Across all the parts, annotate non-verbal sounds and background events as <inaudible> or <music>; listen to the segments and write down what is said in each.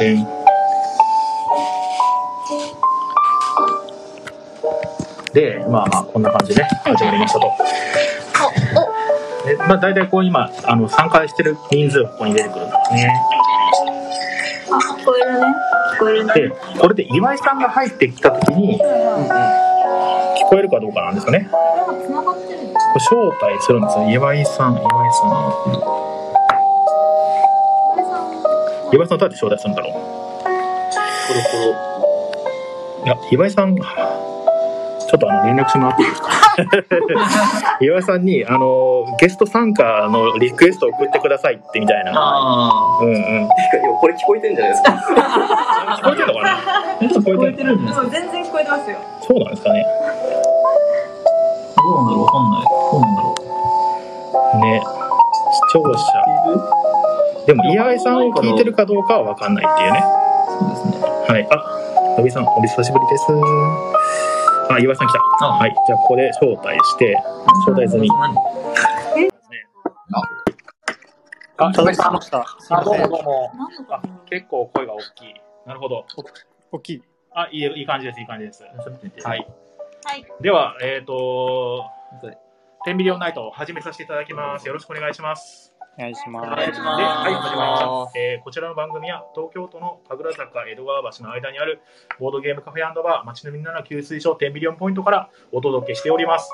ね。で、まあまあ、こんな感じで始まりましたと。お、お、でまあ、大体こう今、あの、参加してる人数がここに出てくるんですね。あ、聞こえるね。聞こえるね。で、これで岩井さんが入ってきた時に、聞こえるかどうかなんですよね。こ繋がってるのれ招待するんですよ。岩井さん、岩井さこれさん。岩井さんどうやって招待するんだろコロコロ。う。いや、岩井さん、ちょっとあの、連絡してもらっていいですか <laughs> 岩井さんに、あの、ゲスト参加のリクエストを送ってくださいってみたいな。ああ。うんうん。てか、今これ聞こえてんじゃないですか。聞こえてるのかな聞こえてるてるんじゃないですか。そう全然聞こえてますよ。そうなんですかね。どうなんだろうわかんない。どうなんだろね。視聴者。う。でも、岩井さんを聞いてるかどうかは分かんないっていうね。そうですね。はい。あ、のびさん、お久しぶりです。あ、岩井さん来た。あはい。じゃあ、ここで招待して、招待済み。あ、届きました。すいません。どうも。何のあ、結構声が大きい。なるほど。大きい。あ、いい、いい感じです、いい感じです。はい。はい。では、えっ、と、テンビリオンナイトを始めさせていただきます。よろしくお願いします。お願いしおま願いしす。ますで、はい、始まりました。えーこちらの番組は東京都の神楽坂江戸川橋の間にあるボードゲームカフェバー街のみんなの給水所10ミリオンポイントからお届けしております。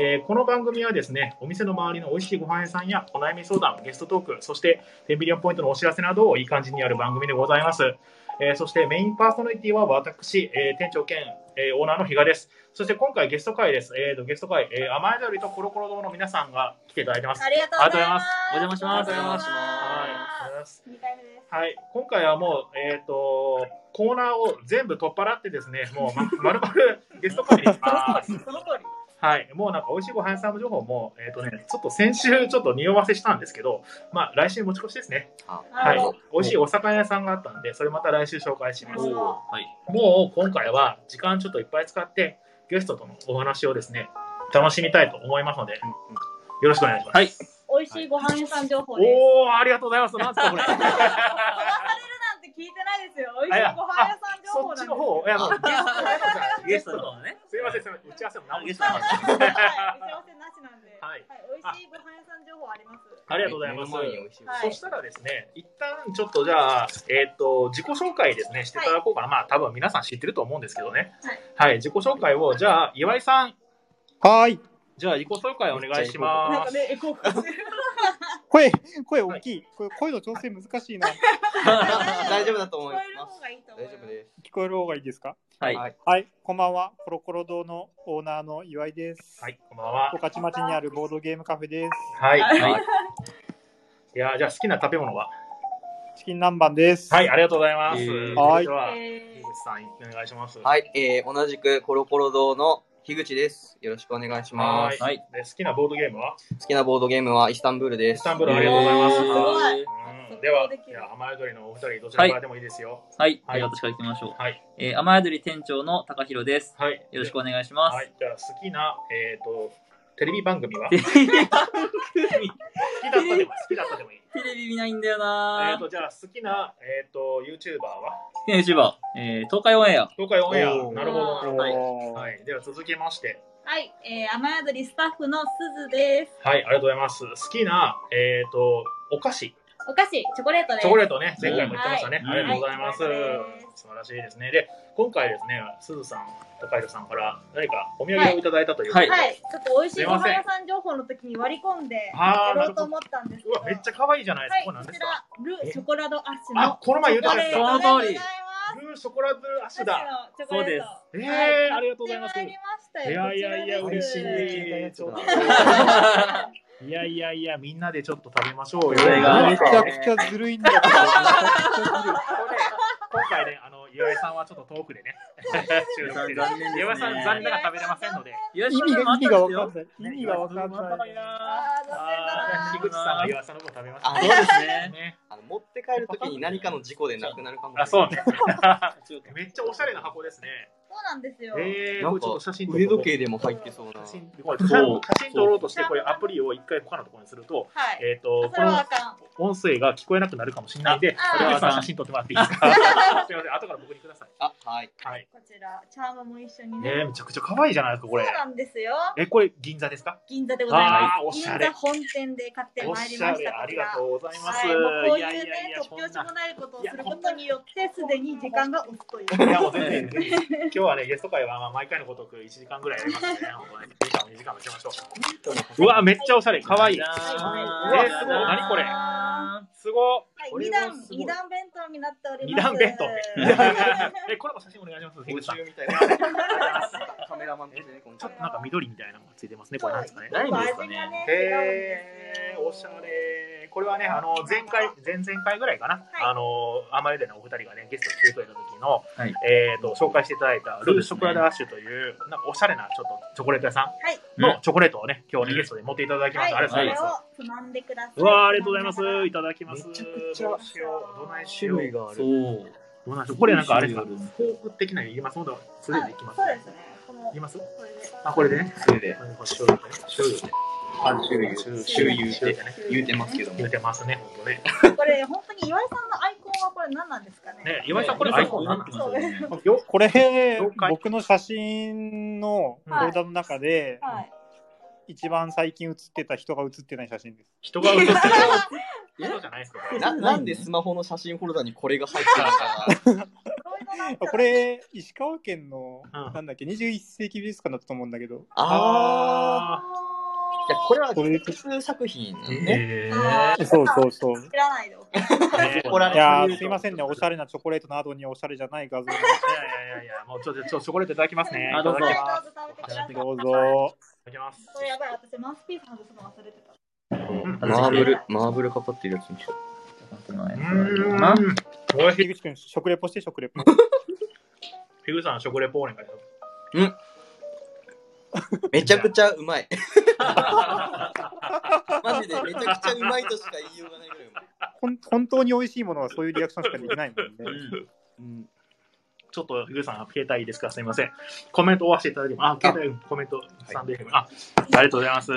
えーこの番組はですね、お店の周りの美味しいご飯屋さんやお悩み相談、ゲストトーク、そして10ミリオンポイントのお知らせなどをいい感じにやる番組でございます。えーそしてメインパーソナリティは私、えー店長兼、えーオーナーの比嘉です。そして今回ゲスト会です。えーと、ゲスト会、えー、甘えだりとコロコロ堂の皆さんが来ていただいてます。ありがとうございます。ありがとうございますお邪魔しますお邪魔しはい、ありがとうございまます。す。二回目です。はい、今回はもう、えっ、と、コーナーを全部取っ払ってですね、 <laughs> もう、ま、まるまるゲスト会にします。その通り。はい、もうなんか、美味しいごはん屋さんの情報も、えっ、とね、ちょっと先週、ちょっと匂わせしたんですけど、まあ、来週持ち越しですね。なはるいほど。美味しいお魚屋さんがあったんで、それまた来週紹介しますお。お。はい。もう、今回は、時間ちょっといっぱい使って、ゲストとのお話をですね、楽しみたいと思いますので、よろしくお願いします。はい。美味しいご飯屋さん情報です。おー、ありがとうございます。なんすか、これ。飛ばされるなんて聞いてないですよ。美味しいご飯屋さん情そっ報なんでちすの方、よ。いや、もう、ゲストの方じゃないゲストのね。 <laughs> すみません、すみません、打ち合わせも何もゲしスてトなのか方っねた。はい、打ち合わせなしなんで。ははいい、美味しいご飯屋さん情報あります。ありがとうございます。目の前に美味しいはいそしたらですね、一旦ちょっとじゃあ、えっ、と、自己紹介ですね、していただこうかな。まあ、多分皆さん知ってると思うんですけどね。はい、自己紹介を、じゃあ、岩井さん、はーい。じゃあ、自己紹介お願いしなんまかす。ね、エコーかしてる。声、声大きい。声声の調整難しいな。大丈夫だと聞思いこえるま方す。がいいと思い大ます。丈夫です。聞こえる方がいいですかはい。はい。こんばんは。コロコロ堂のオーナーの岩井です。はい、こんばんは十。勝町にあるボードゲームカフェです。はい。はい。いや、じゃあ、好きな食べ物はチキン南蛮です。はい、ありがとうございます。えーはいでは、え井口さん、お願いします。はい。えー、同じくコロコロ堂の樋口です。よろしくお願いしまはい。す。で好きなボードゲームは好きなボードゲームはイスタンブールでイす。スタンブールありがとうございます。えーすはごいいうんでは、いや甘えどりのお二人、どちらからでもいいですよ。はい、はいで私から行きましょう。はい。えー、雨宿り店長の高弘です。はい。よろしくお願いします。はい、じゃあ好きな、えっ、と、テレビ番組は好テきレビ番だったでも、好きだったでもいい。組、テレビ見ないんだよえっなと、じゃあ好きな、えっ、と、YouTuber はー。好きな YouTuber、えー、東海オンエア。東海オンエア。おーなるほど、なるほど。はいはい、では続きまして。はい、えー、雨宿りスタッフのすずです。はい、ありがとうございます。好きな、えっ、と、お菓子、お菓子、チョコレートです。チョコレート。トね、前回も言ってましたね。はありいがとうございます。はい素晴らしいですね。で、今回ですね、すずさん、高弘さんから何かお土産をいただいたということで。はい、ちょっと美味しいご飯屋さん情報の時に割り込んでやあーろうなるほとど思ったんですけうど。わ、めっちゃ可愛いじゃないですはか。い、これ何こですち、からル・チョコラド・アッシュの。あ、この前言ってました。この通りルーショコラドゥアッシュだ。チョコレートそうですえはえー、ありがとうございます。買ってまいりましたいやよいやいや、こちらで嬉すし <laughs> い。ちょっといやいやいや、みんなでちょっと食べましょうよ。これがめちゃくちゃずるいんだけど。めちゃくちゃずるい今回ね、あの、岩井さんはちょっと遠くでね、収録してる残念ですね岩井さん、残念ながら食べれませんので。意意味が、意味がわかんない。意味がわかんない。ああー、ー残樋口さんが岩井さんの分食べましたあそうですね。ね。あの持って帰るときに何かの事故でなくなるかもしれない。あ、そうね。めっちゃおしゃれな箱ですね。そうなんですよ。えー、なこんれちょっかと写真撮腕時計ででも入ってそうな写。真これそう写真撮ろうとしてこれアプリを一回他のところにすると,、はい。えー、とあそこれのはあかん。音声が聞こえなくなるかもしれないんでこあれはあさー写真撮ってもらっていいですか <laughs> すいません後から僕にくださいあ、はい。はいこちら、チャームも一緒にねね。えめちゃくちゃ可愛いじゃないですかこれそうなんですよ。えこれ銀座ですか銀座でございます。あーおしゃれ銀座本店で買っておまいりしまゃしれた。ありがとうございます、はい、もうこういうやいやいね、や突拍子もないことをいやすることによって、すでに時間が押すという。いやもう全然全然今日はねゲスト会はまあ毎回のごとく1時間ぐらいやりますね。2時間も2時間もしましょう。うわめっちゃおしゃれ可愛い。はえーすごい何これす <laughs> ごはい、これ二は段すごい二段弁当になっており二ます。段弁当。えこれも写真お願いします。補樋口さん充みたいな。 <laughs> カメラマンですね、このちょっとなんか緑みたいなのもついてますね。こそれなうんですかね。何ですかね味がねへーおしゃ。れ。これはね、あの前回、前々回ぐらいかな、はいあのアマルデのお二人がね、ゲスト来てくれた時の、はいえっ、と紹介していただいたそルうでーすシねョコラダッシュというなんかおしゃれなちょっとチョコレート屋さはい。んのうチョコレートをね、今日ねうんゲストで持っていただきました。はあい、りがとそうごれざいをます。つまんでください。うわーありがとうございます。いただきます。めちゃくちゃどうしよう。どないし種よう。類があそる。う。どうなんでしょう。これなんかあれですか種類ある。フォーク的なのいります。ほんと素手でいきます。そうですね。このいきます。これで。あ、これでね。それで、これ醤油でね。醤油で。あ、周遊、周遊っ醤て油でね。言うてますけども言う。てますね、ほんとね。これ本当に岩井さんのアイコンはこれ何なんですかね。 <laughs> ね、岩井さん、これアイコンなんなんてますよね。よこれ了解僕の写真のフォルダの中で、はい。一番最近写ってた人が写ってない写真です。人が映ってる。嘘じゃないですか、これ。ななんでスマホの写真フォルダにこれが入ってる <laughs> のかが。これ石川県の、うんなんだっけ21世紀美術館だったと思うんだけど、ああ。いや、これはこれ芸術作品なのね。えそうそうそう。知らないの。ー怒らいれやそういうーすいませんね、おしゃれなチョコレートなどにおしゃれじゃない画像をいやいやいやいや、もうちょっとちょチョコレートいただきますね。あどうぞいただきます食べてください。どうぞ。いただきます。これやばい、私マウスピース外すの忘れてた。うんマーブル、マーブルかかってるやつにしようーん。おいしい。樋口君、食レポして食レポ。ヒグさん、食レポお願いします。う。めちゃくちゃ <laughs> うまい。マジでめちゃくちゃうまいとしか言いようがないぐらいうまい。ほん本当に美味しいものはそういうリアクションしかできないもんね。うん。ちょっとヒグさん、携帯いいですかすみません。コメントをわせていただいても、あ、携帯、コメント、スタンド FM あ、ありがとうございます。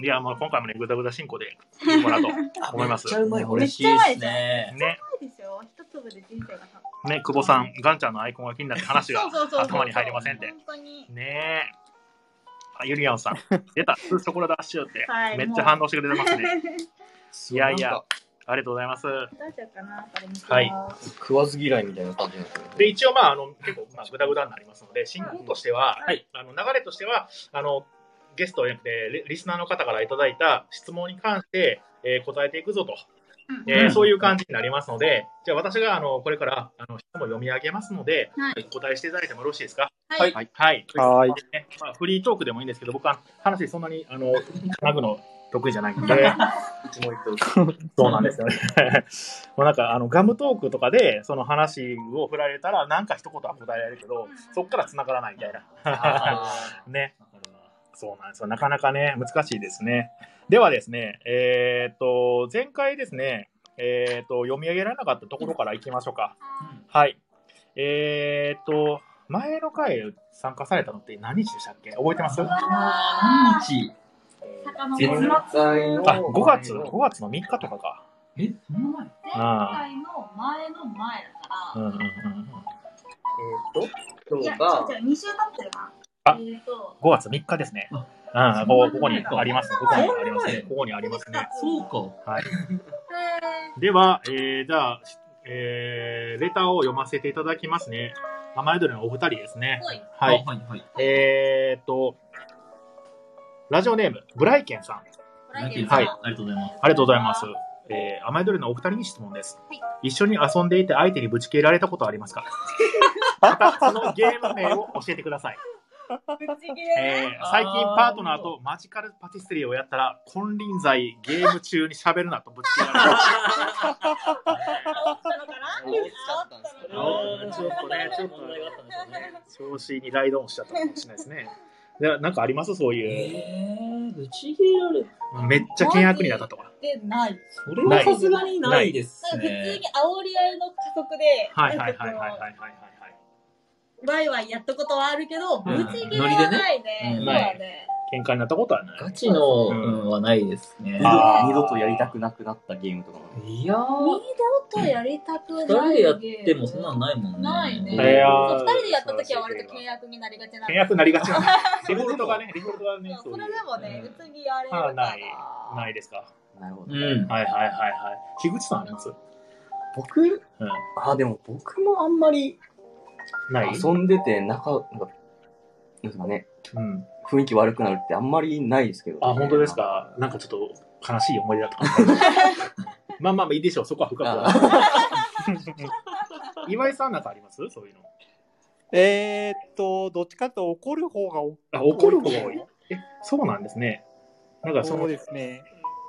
いや、もう今回もね、ぐだぐだ進行で、もらと思います <laughs> めっちゃうまい、これ。嬉しいですね。ね、そうですよ。一粒で人生が変わね、久保さん、ガンちゃんのアイコンが気になって話がる。そうそうそうそう。頭に入りませんって本当に。ねえ。あ、ゆりやん <laughs> さん、出た、ツーショコラダッシュって、はいめっちゃ反応してくれてます <laughs> ね。いやいやなんか。ありがとうございます。どうしようかな、これにしようはい食わず嫌いみたいな <laughs> 感じなんですよねで、一応、まあ、あの、結構、まあ、ぐだぐだになりますので、進行としては、はいあの、流れとしては、あの、ゲストじゃなくて、リリスナーの方からいただいた質問に関して、えー答えていくぞと、うんえーそういう感じになりますので、じゃあ私が、あの、これから、あの、質問を読み上げますので、はお答えしていただいてもよろしいですかはい。はいはい。はいねまあ、フリートークでもいいんですけど、僕は話そんなに、あの、繋ぐの得意じゃないの <laughs> で、いつも言ってるそうなんですよね。 <laughs> もうなんか、あの、ガムトークとかで、その話を振られたら、なんか一言は答えられるけど、そっから繋がらないみたいな。ね。そうなんですよ。なかなかね、難しいですね。ではですね、えーっと、前回ですね、えーっと、読み上げられなかったところからいきましょうか。はい。えーっと、前の回参加されたのって何日でしたっけ覚えてます何日魚絶の対の。あ、5月、5月の3日とかか。え、その前前回の前の前だうかんうんうんうん。えーっと、ら、いや、違今日がう違う、2週経ってるな。あえーと、 5月3日ですね。あうん、ここここにあります。ここにそんな前ありますね。ここにありますね。そうか。えでは、えー、じゃあ、えー、レターを読ませていただきますね。甘えどりのお二人ですね。はいはい。はいはい。えーっと、ラジオネーム、ブライケンさん。ー、来い月はいありがとうございます。ありがとうございます。えー、甘えどりのお二人に質問です。はい一緒に遊んでいて相手にぶち切れられたことはありますか <laughs> また、そのゲーム名を教えてください。ぶち切れえー最近パートナーとマジカルパティステリーをやったら金輪際ゲーム中に喋るなとぶち切られ <laughs> たあったのかな煽っちゃったんですねあーちょっとねちょっと問題があったんでしょうね調子にライドオンしちゃったかもしれないですねでなんかありますそういう、えー、ぶち切れられめっちゃ険悪になったとかで、ない。それはさすがにないです普通ねに。煽り合いの加速で、はいはいはいはいはいはいはいはいワイワイやったことはあるけど、うんぶち切れはないね。そうノリでねうんだね。喧嘩になったことはない。ガチの、うん、はないですね。あー二度とやりたくなくなったゲームとかもね。いやー二、度とやりたくない。二人でやってもそんなんないもんね。ないね。いやーそう二人でやった時は割と契約になりがちなの倹約になりがち <laughs> なんです。デフォルトがね、デフォルトがね、そうういそうれでもね、うんうつぎあれだあかないら。。ないいですか。なるほど。うん。はいはいはいはい。樋口さんあります僕、あ、でも僕もあんまりない遊んでて、仲、なんか、なんですかね、うん。雰囲気悪くなるってあんまりないですけど、あ、本当ですか。なんかちょっと悲しい思い出だったかな。まあまあまあいいでしょう。そこは深くは。今井さんなんかありますそういうの。えーっと、どっちかというと怒る方が多あ、怒る方が多い。え、そうなんですね。なんかその、そうはいですね。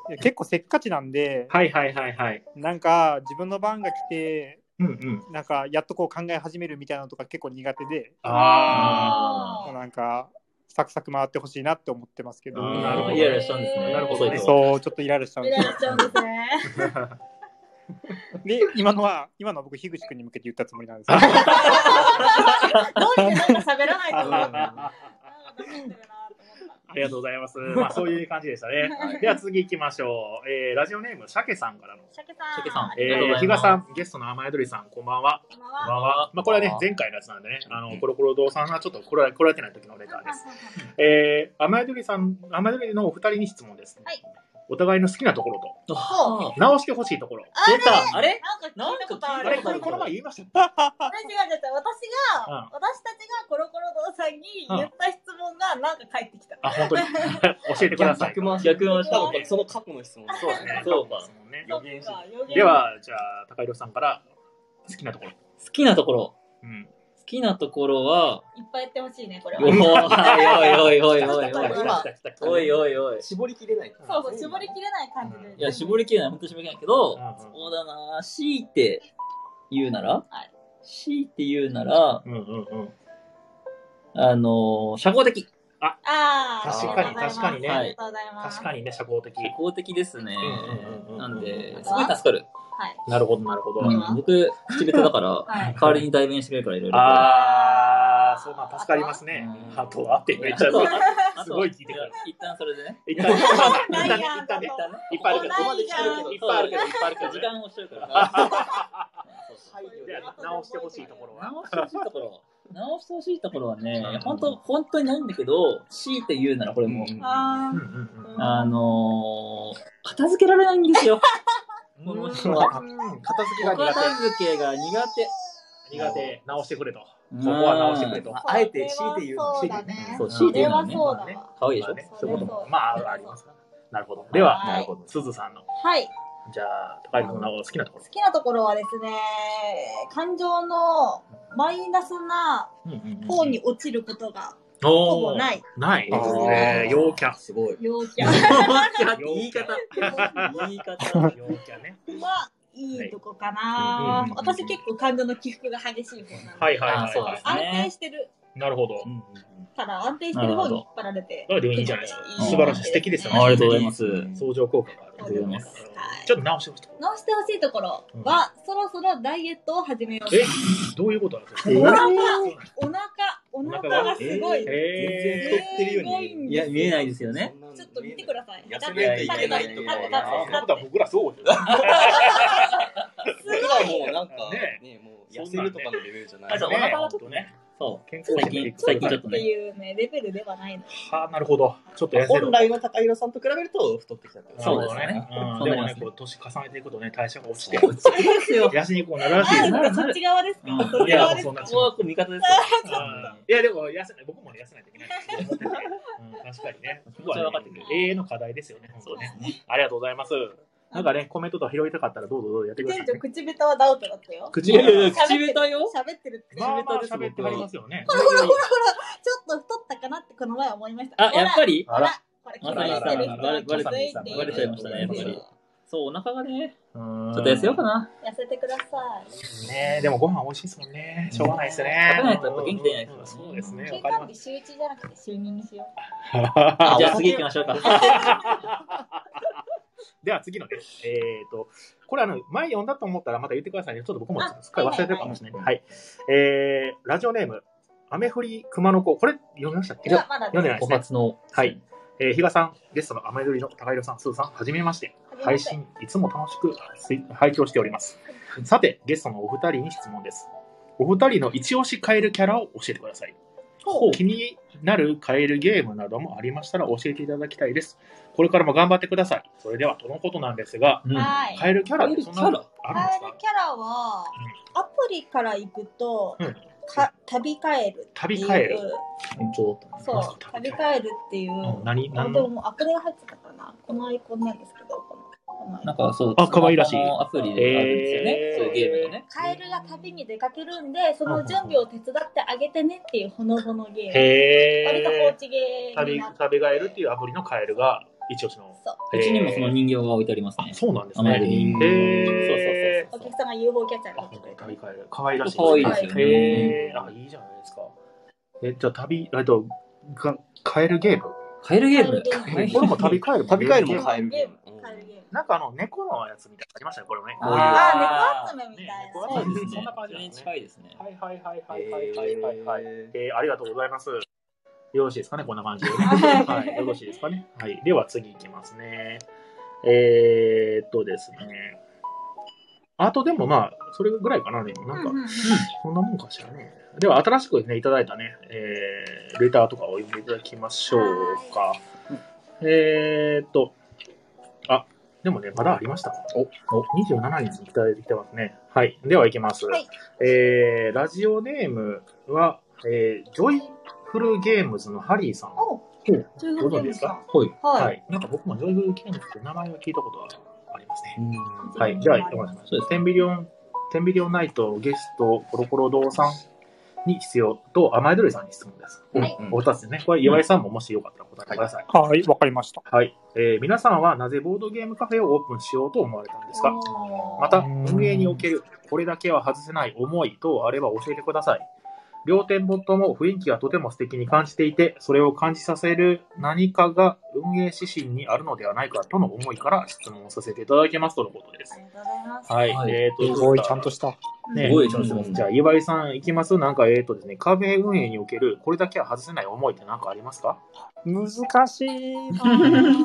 いや結構せっかちなんで、はいはいはい。なんか自分の番が来て、うんうん。なんかやっとこう考え始めるみたいなのとか結構苦手で、あもうなんかサクサク回ってほしいなって思ってますけど、あーなるほどイライラしたんですね。なるほど遅いとそう、ちょっとイライラしたんイでライラしちゃうんですね。ー。す。で、今のは、今のは僕、樋口くんに向けて言ったつもりなんですけど、どうにかなんか喋らないと思あう。なんか黙ってるなと思った。りがとうございます。まあそういう感じでしたね。はいでは次行きましょう。えーラジオネーム、鮭さんからの。シャケさん。鮭さんえりがとうございえまー、比嘉すさん、ゲストの雨宿りさん、こんばんは。今こんは。ばんは。まあ、これはね、前回のやつなんでね、あの、コロコロ堂さんはちょっとこれは、こらえてない時のレターです。えー、雨宿りさん、雨宿りのお二人に質問です。はいお互いの好きなところと、あ直してほしいところ。あれ出たあれなんか聞いたことあある。れ、これこの前言いましたっあれ違う違う違う私が、私たちがコロコロ堂さんに言った質問がなんか返ってきた。けあ、本当に。 <laughs> 教えてください。逆回し。逆回し多分その過去の質問ですそうですね。そうかですもんね予言者で、は、じゃあ、高弘さんから、好きなところ。好きなところ。うん。好きなところは、いっぱい言ってほしいね、これおいは。おいおいおいおいおい。今おいおいおい。絞りきれない。そうそう、絞りきれない感じで。いや、絞りきれない、本当に絞りきれないけど、うんうんそうだな、強いて言うなら、はい強いて言うなら、うんうんうん。あのー社交的。ああ、確かにありがとうございます確かにねありがとうございます。確かにね、社交的。社交的ですねうんうんうんうん。なんで、すごい助かる。はい。なるほど、なるほど。うん僕、口下手だから、はい代わりに代弁してくれるから、いろいろと。あー、そう、まあ、助かりますね。うんあとはって言っちゃう。あとすごい聞いてくれる。一旦それでね。一旦、一旦なね、いやん一旦ね一。旦ね。いっぱいあるけど、ここまで来てるけどいっぱいあるけど、いっぱいあるけど時ね。間をしてるから。じゃあ直してほしいところは。直してほしいところ。直してほしいところはね、本当本当にないんだけど、強いて言うなら、これもう、あうんうんんあのー、片付けられないんですうんよ。うんうん片付けが <laughs> 苦片付けが苦手。手。苦手。直してくれと。こうんこは直してくれと。まああえて強いて言うそうだね。そう、強強そいてれ言うのははそね。うだわ。可愛いでしまあょねそそういうこれはそうともまあ、あります。なるほど。では、はいなるほど。すずさんの。はい。じゃあ、高井君の好きなところ。好。きなところはですね、感情のマイナスな方に落ちることがほぼないい。ない。あーえー陽キャ。すごい。陽キャ言い方。言い方。陽キャね。はいいとこかな、うん私結構感情の起伏が激しい方なので、はいはいあはーいそうはでいす。安定してるなるほど。から安定してる方に引っ張られてあでもいいんじゃないですか。うん素晴らしい。素敵ですよね。ありがとうございます。相乗効果がある。ありがとうございますうんちょっと直してほしいところ。直してほしいところは、そろそろダイエットを始めようえ、どういうことなんですかお腹お腹お腹がすごい、え全然太ってるように。いや、見えないですよね。ちょっと見てください痩せないといけないとかー、あんなことは僕らそうですよ。すごい。もうなんか、ねね、もう痩せるとかのレベルじゃない。あ、じゃあお腹がちょっとね。そ健康う。最診で近、行く最近ちょっっとてね。いうねレベルではないのはあ、なるほど。ちょっと痩せ本る。来の高弘さんと比べると太ってきちゃった。そうですねうんそうでなりもまねす、ねこう年重ねていくとね、代謝が落ちて、落ちてますよ。痩せにこうなるらしいですね。あそっち側ですか、うんそっち側ですそんかなここはこう味方ですよ。いや、でも、痩せない、僕もね痩せないといけないって思ってて。うん確かにね。気持ちは分かってくれ永遠の課題ですよね、本当ねそうです。ありがとうございます。なんかね、コメントとか拾いたかったら、どうぞどうぞやってくださ店い長ね。口下手はダウトだったよ口で。喋ってる口下手よ喋ってるってちょまあまあ喋ってはりますよね。っと太ったかなってこの前思いましたあ、やっぱりほらこれ気あづらいてる人は気づいているバレちゃいましたねやっぱりそう、お腹がね、ちちょょっと痩せようかな。痩せてくださねえ、でもご飯美味しいですもんね。しょうがないですね。食べないとやっぱ元気出ないですからねそうですね。いわ金かり管ま日週1じゃなくて週2にしようす。じゃあ次行きましょうか。では次のです。えっと、これあの、前読んだと思ったらまた言ってくださいね。ちょっと僕もすっかり忘れてるかもしれない。はい。えー、ラジオネーム、雨降り熊の子、これ読みましたっけいやまだ読んでないですおね。初の。はい。えー、比嘉さん、ゲストの雨どりの高弘さん、すずさん、はじめまして。は配じめ信、いつも楽しくす拝聴しております。さて、ゲストのお二人に質問です。お二人の一押しカエルキャラを教えてください。ほう気になるカエルゲームなどもありましたら教えていただきたいです。これからも頑張ってください。それでは、とのことなんですが、うんはいカエルキャラってそんなのあるんでカすエルかキャラは、アプリから行くと、うんか旅カエルっていう旅カエル本当だったそう旅カエルっていう、うん何あ何でものもうアプリが入ってたかなこのアイコンなんですけどこのこのアイコなンんかそう、あ可愛らしいスマホのアプリであるんですよね。へーそういうゲームのね。カエルが旅に出かけるんでその準備を手伝ってあげてねっていうほのぼのゲームへ割と放ー。置ゲーム旅になって旅ガエルっていうアプリのカエルが一押しの。そうへーうちにもその人形が置いてありますあね。そうなんです甘えるね。人形。へーおそうそうそう客さんが UFO キャッチャーあ、が来てくれた旅カエル。可愛らしい。可愛いですよねへーあ、いいじゃないですか。え、じゃあ旅、えっと、がカエルゲームそう。カエルゲーム。カエルゲームこれも旅カエルも旅カエルもゲーム買える。ゲームカエルゲームなんかあの、猫のやつみたいなのありましたね、これもね。こういう。はあああー猫集めみたいねな、猫集めそうですねそんな感じに近いですね。いはいはいはいはいはいはいはい。えーありがとうございます。よろしいですかね、こんな感じで、はいはい、よろしいですかね。はい、では次いきますね。えー、っとですね。あとでもまあ、それぐらいかな、でもなんか、うんうんうんそんなもんかしらね。では、新しくね、いただいたね、えー、レターとかを読んでいただきましょうか。えー、っと、あ、でもね、まだありました。お、お、27日にいただいてきてますね。はい、では行きます。はいえー、ラジオネームは、えー、ジョイフルゲームズのハリーさん。お中ご国存知でゲームすさんかはい。はい、はい。なんか僕もジョイフルゲームズって名前は聞いたことはありますね。うんはい。では、お願いしま。そうですテンビリオン、テンビリオンナイトゲスト、コロコロ堂さんに必要と、甘えどりさんに質問です。はいお二つですね。これ、岩井さんももしよかったら答えてください。はい、わかりました。はい。えー皆さんはなぜボードゲームカフェをオープンしようと思われたんですかおーまた、運営における、これだけは外せない思い等あれば教えてください。両店舗とも雰囲気がとても素敵に感じていて、それを感じさせる何かが運営指針にあるのではないかとの思いから質問をさせていただきますとのことであすり。がとうございます、はい。はいえー、と、すごい、ちゃんとした。ねすごいちゃんとしてますじゃあ、岩井さん、いきますなんか、えー、とですね、カフェ運営における、これだけは外せない思いって何かありますか難しいなぁ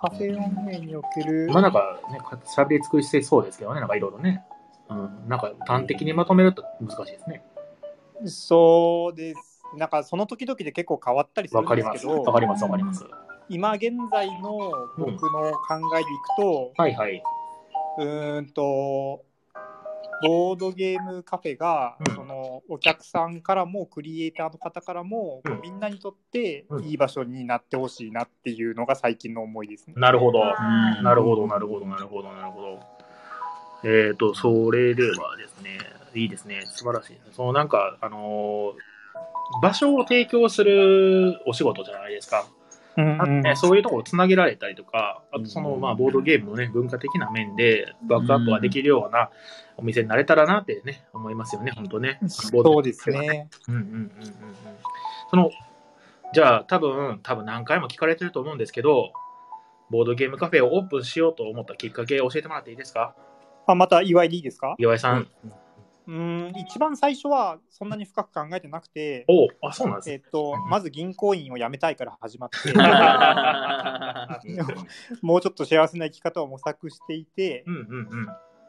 カフェ運営における。まあなんかね、か喋り尽くしてそうですけどね、なんかいろいろね。うん、なんか端的にまとめると難しいですね。そうです。なんかその時々で結構変わったりするわんかりですまけす。ど、わかります、わかります。今現在の僕の考えでいくと、はいはい。うーんと、ボードゲームカフェが、うんそのお客さんからもクリエイターの方からも、うんみんなにとってうんいい場所になってほしいなっていうのが最近の思いですね。なるほど。はいなるほど、なるほど、なるほど、なるほど。えっ、ー、と、それではですね、いいですね、素晴らしいですね。そのなんか、あのー場所を提供するお仕事じゃないですか。うんあとね、そういうところをつなげられたりとか、あとその、うんまあ、ボードゲームのね、文化的な面で、バックアップができるようなお店になれたらなってね、思いますよね、本当ね。そうですね。うんうんうんうんうん。その、じゃあ多分、多分何回も聞かれてると思うんですけど、ボードゲームカフェをオープンしようと思ったきっかけ教えてもらっていいですかあまた祝いでいいですか岩井さん。うーん、一番最初はそんなに深く考えてなくて、おうあ、そうなんですえね。っと、まず銀行員を辞めたいから始まって、もうちょっと幸せな生き方を模索していてう、んうんうん。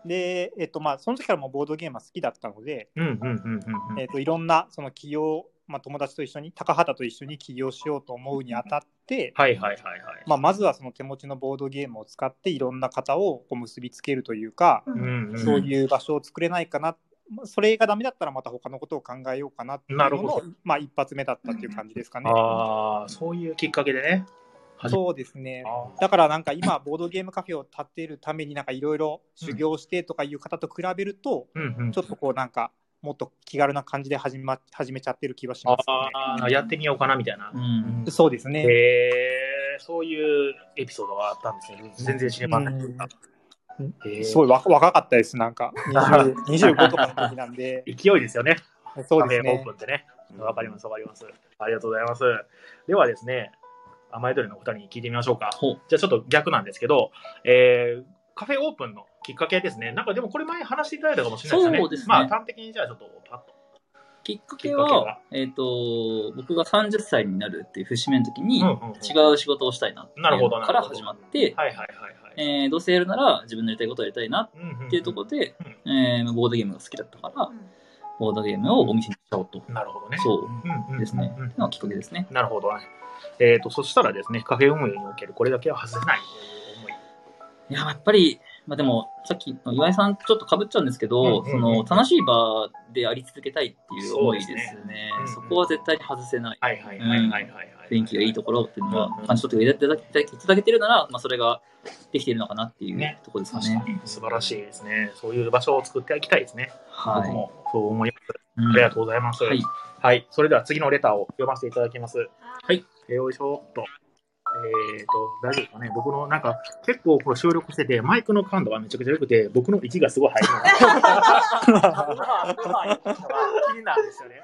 で、えっと、まあ、その時からもうボードゲームは好きだったので、うんうんうんうんうえっん。と、いろんなその起業、まあ、友達と一緒に、高畑と一緒に起業しようと思うにあたって、はいはいはいはい。まあ、まずはその手持ちのボードゲームを使って、いろんな方をこう結びつけるというか、うんうん、そういう場所を作れないかな、まあそれがダメだったらまた他のことを考えようかなっていうなるのほのど、まあ、一発目だったっていう感じですかね。ああ、そういうきっかけでね。そうですね。あーだからなんか今、ボードゲームカフェを建てるためになんかいろいろ修行してとかいう方と比べると、うんうんちょっとこうなんか、もっと気軽な感じで始,、ま、始めちゃってる気はします、ああ、やってみようかなみたいな。うんね。。そうですね。へえそういうエピソードがあったんですね。全然知りませんでした。うんへーすごい若若かったです、な <laughs> んか20 25とかの時なんで、勢いですよね。そうですカフェオーねプン。ってね。わかります、わかります。ありがとうございます。ではですね、甘えどりのお二人に聞いてみましょうか。ほうじゃあちょっと逆なんですけど、えーカフェオープンのきっかけですね。なんかでもこれ前話していただいたかもしれないですね。そうですねまあ端的にじゃあちょっとパッと。きっかけきっかけはは、えっ、と、僕が30歳になるっていう節目の時に、うん違うんうんう仕事をしたいなっていうなるほのどなるほどから始まって、はいはいはいはい。えーどうせやるなら自分のやりたいことをやりたいなっうんうんうんていうところで、えーボードゲームが好きだったから、ボードゲームをお店にしちゃおうと。なるほどね。そううんうんですね。うんうんっていうのがきっかけですね。なるほどね。えー、とそしたらですね、カフェ運営におけるこれだけは外せないという思い。いや、やっぱり、まあでも、さっきの岩井さんとちょっと被っちゃうんですけうんうんど、うそんの、楽しい場であり続けたいっていう思いですね。そそでうすねうんうんこは絶対に外せない。はいはいはいはいはい、はい雰囲気がいいところっていううのんうはん感じ取っていただけいただけてるなら、まあ、それができているのかなっていうねところですか確かね。に素晴らしいですね。そういう場所を作っていきたいですね。は僕い。もそう思います。うんありがとうございます。はい。はい、それでは次のレターを読ませていただきます。はい。えーよいしょっと。えーと、大丈夫ですかね。僕のなんか、結構これ収録してて、マイクの感度がめちゃくちゃ良くて、僕の息がすごい入るのが気になるんですよね。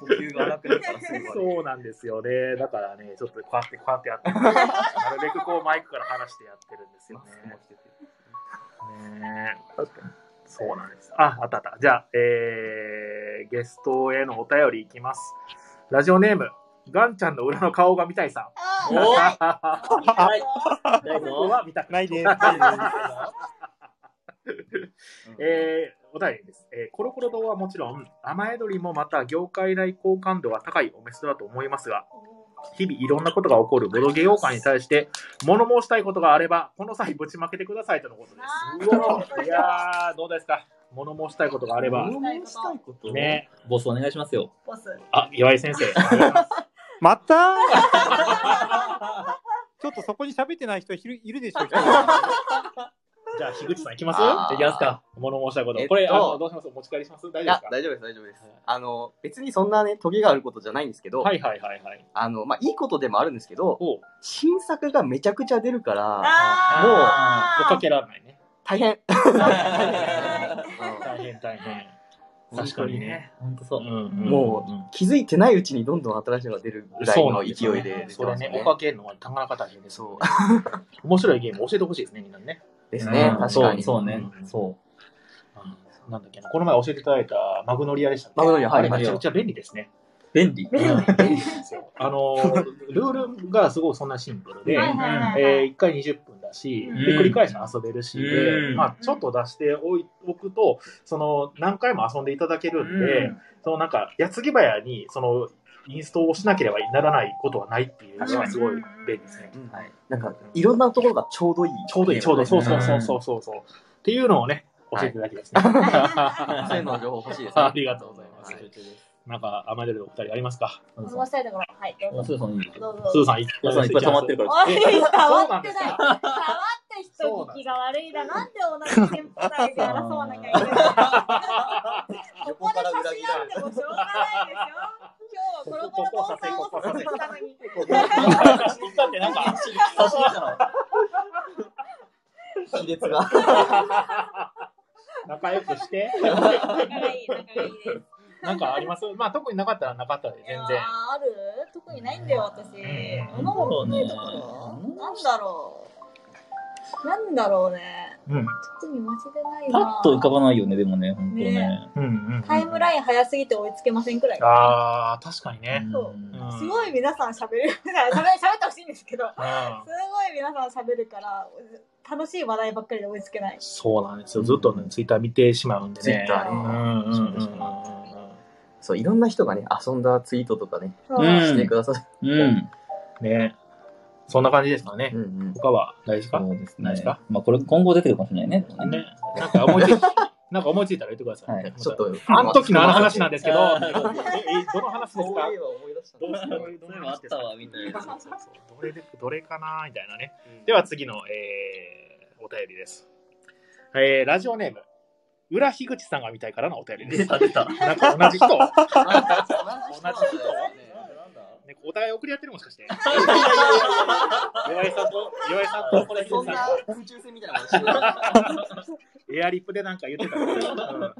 呼吸が荒くなったらすごい。そうなんですよね。だからね、ちょっとこうやって、こうやってや <laughs> ってる、なるべくこうマイクから話してやってるんですよね。ねえ確かに。そうなんです。あ、あったあった。じゃあ、えー、ゲストへのお便りいきます。ラジオネーム、ガンちゃんの裏の顔が見たいさあん。ーはいはいここは見たくない。ないです。えーお便りです、えーコロコロ堂はもちろん、雨宿りもまた業界内好感度が高いお店だと思いますが、日々いろんなことが起こるボドゲ業界に対して、物申したいことがあれば、この際ぶちまけてくださいとのことです。うおーいやー、どうですか物申したいことがあれば。ね。ボスお願いしますよ。ボス。あ、岩井先生。 <laughs> また <laughs> ちょっとそこに喋ってない人いるいるでし <laughs> ょう。一人じゃあ、樋口さんいきますあーいきますか。物申したいこと。えっとこれ、あの、どうしますお持ち帰りします大い丈夫でやすか、大丈夫です、大丈夫です。あの、別にそんなね、トゲがあることじゃないんですけど、はいはいはいはい。あの、まあ、いいことでもあるんですけど、おう新作がめちゃくちゃ出るから、あ追っかけられないね。大変。大変大変。本確か当にね。。本当そう。もう気づいてないうちにどんどん新しいのが出るぐらいの勢いで出てそれますねよ、追ねっ。かけるのはなかなか大変です。 <laughs> そ面白いゲーム教えてほしいですね、みんなにね。ですね、うん確かに。そうそうねう。んそうんなんだっけな、この前教えていただいたマグノリアでしたっけマグノリアはいあれはいめちゃくちゃ便利ですね。う。便利。 <laughs> あの、ルールがすごいそんなシンプルで、ー。はえいはいはいはい。ー1回20分だし、うんで繰り返し遊べるし、うんでまあちょっと出しておいおくと、その何回も遊んでいただけるんで、そのなんか、矢継ぎ早に、その、インストをしなければならないことはないっていうのはすごい便利ですね。うんはい。なんか、いろんなところがちょうどいい。ちょうどいい、ちょうど、そうそそうそうそうそうそう。っていうのをね、教えていただきですね。ういうの情報欲しいですね。ありがとうございます。なんか、アマデルのお二人ありますかそう面白いところ。はい、どうぞ。そうそう。どうぞ。スーさん、いっ皆さんいっぱい溜まってかるかおら。い、えそうな触んっでてすかない。触った人聞きが悪いな。なんで同じ先輩で争わなきゃいけないの。ここで差し合ってもしょうがないでしょ。今日はコロコロ堂さんを刺してきたのに。 <laughs> だってなんか、差し入れじゃない卑劣が。仲良くして、仲がいい、仲がいいです。なんかありますまあ、特になかったらなかったで、いや全ー然。ある特にないんだよ、私。う物ん持っていところなんだろう。なんだろうね。うん。特にマジでないパな。ッと浮かばないよね、でもね、本当ねね。うんうん。タイムライン早すぎて追いつけませんくらい。あー、確かにね。そううんすごい皆さん喋る。 <laughs> 喋喋ってほしいんですけど。すうんごい皆さん喋るから、楽しい話題ばっかりで追いつけない。そうなんですよ。ずっとね、ツイッター見てしまうんでね。 Twitter うねんうんうんうんうんそうですねそう、いろんな人がね、遊んだツイートとかね、そううんしてください。うん。ね。そんな感じですかねう。んうん。他は大事かそうですないでねすか。まあ、これ今後出てくるかもしれないね。でもねね。なんか思いついなんか思いついたら言ってください。はいちょっ。と、あの時のあの話なんでですけど、<laughs> あええどの話ですかそういえば思い出したどうしようそういえばあったわみたいそなうそうそうどれでどれかなみたいなね。では次の、えーお便りです。えーラジオネーム、裏樋口さんが見たいからのお便り <laughs> です。出た。なんか同じ人、ね、同じ人だよねお互い送り合ってるもしかして。岩井さんと、岩井さんと、これそん樋口なさんと。空中戦みたいなことしてるエアリップでなんか言ってたから、うん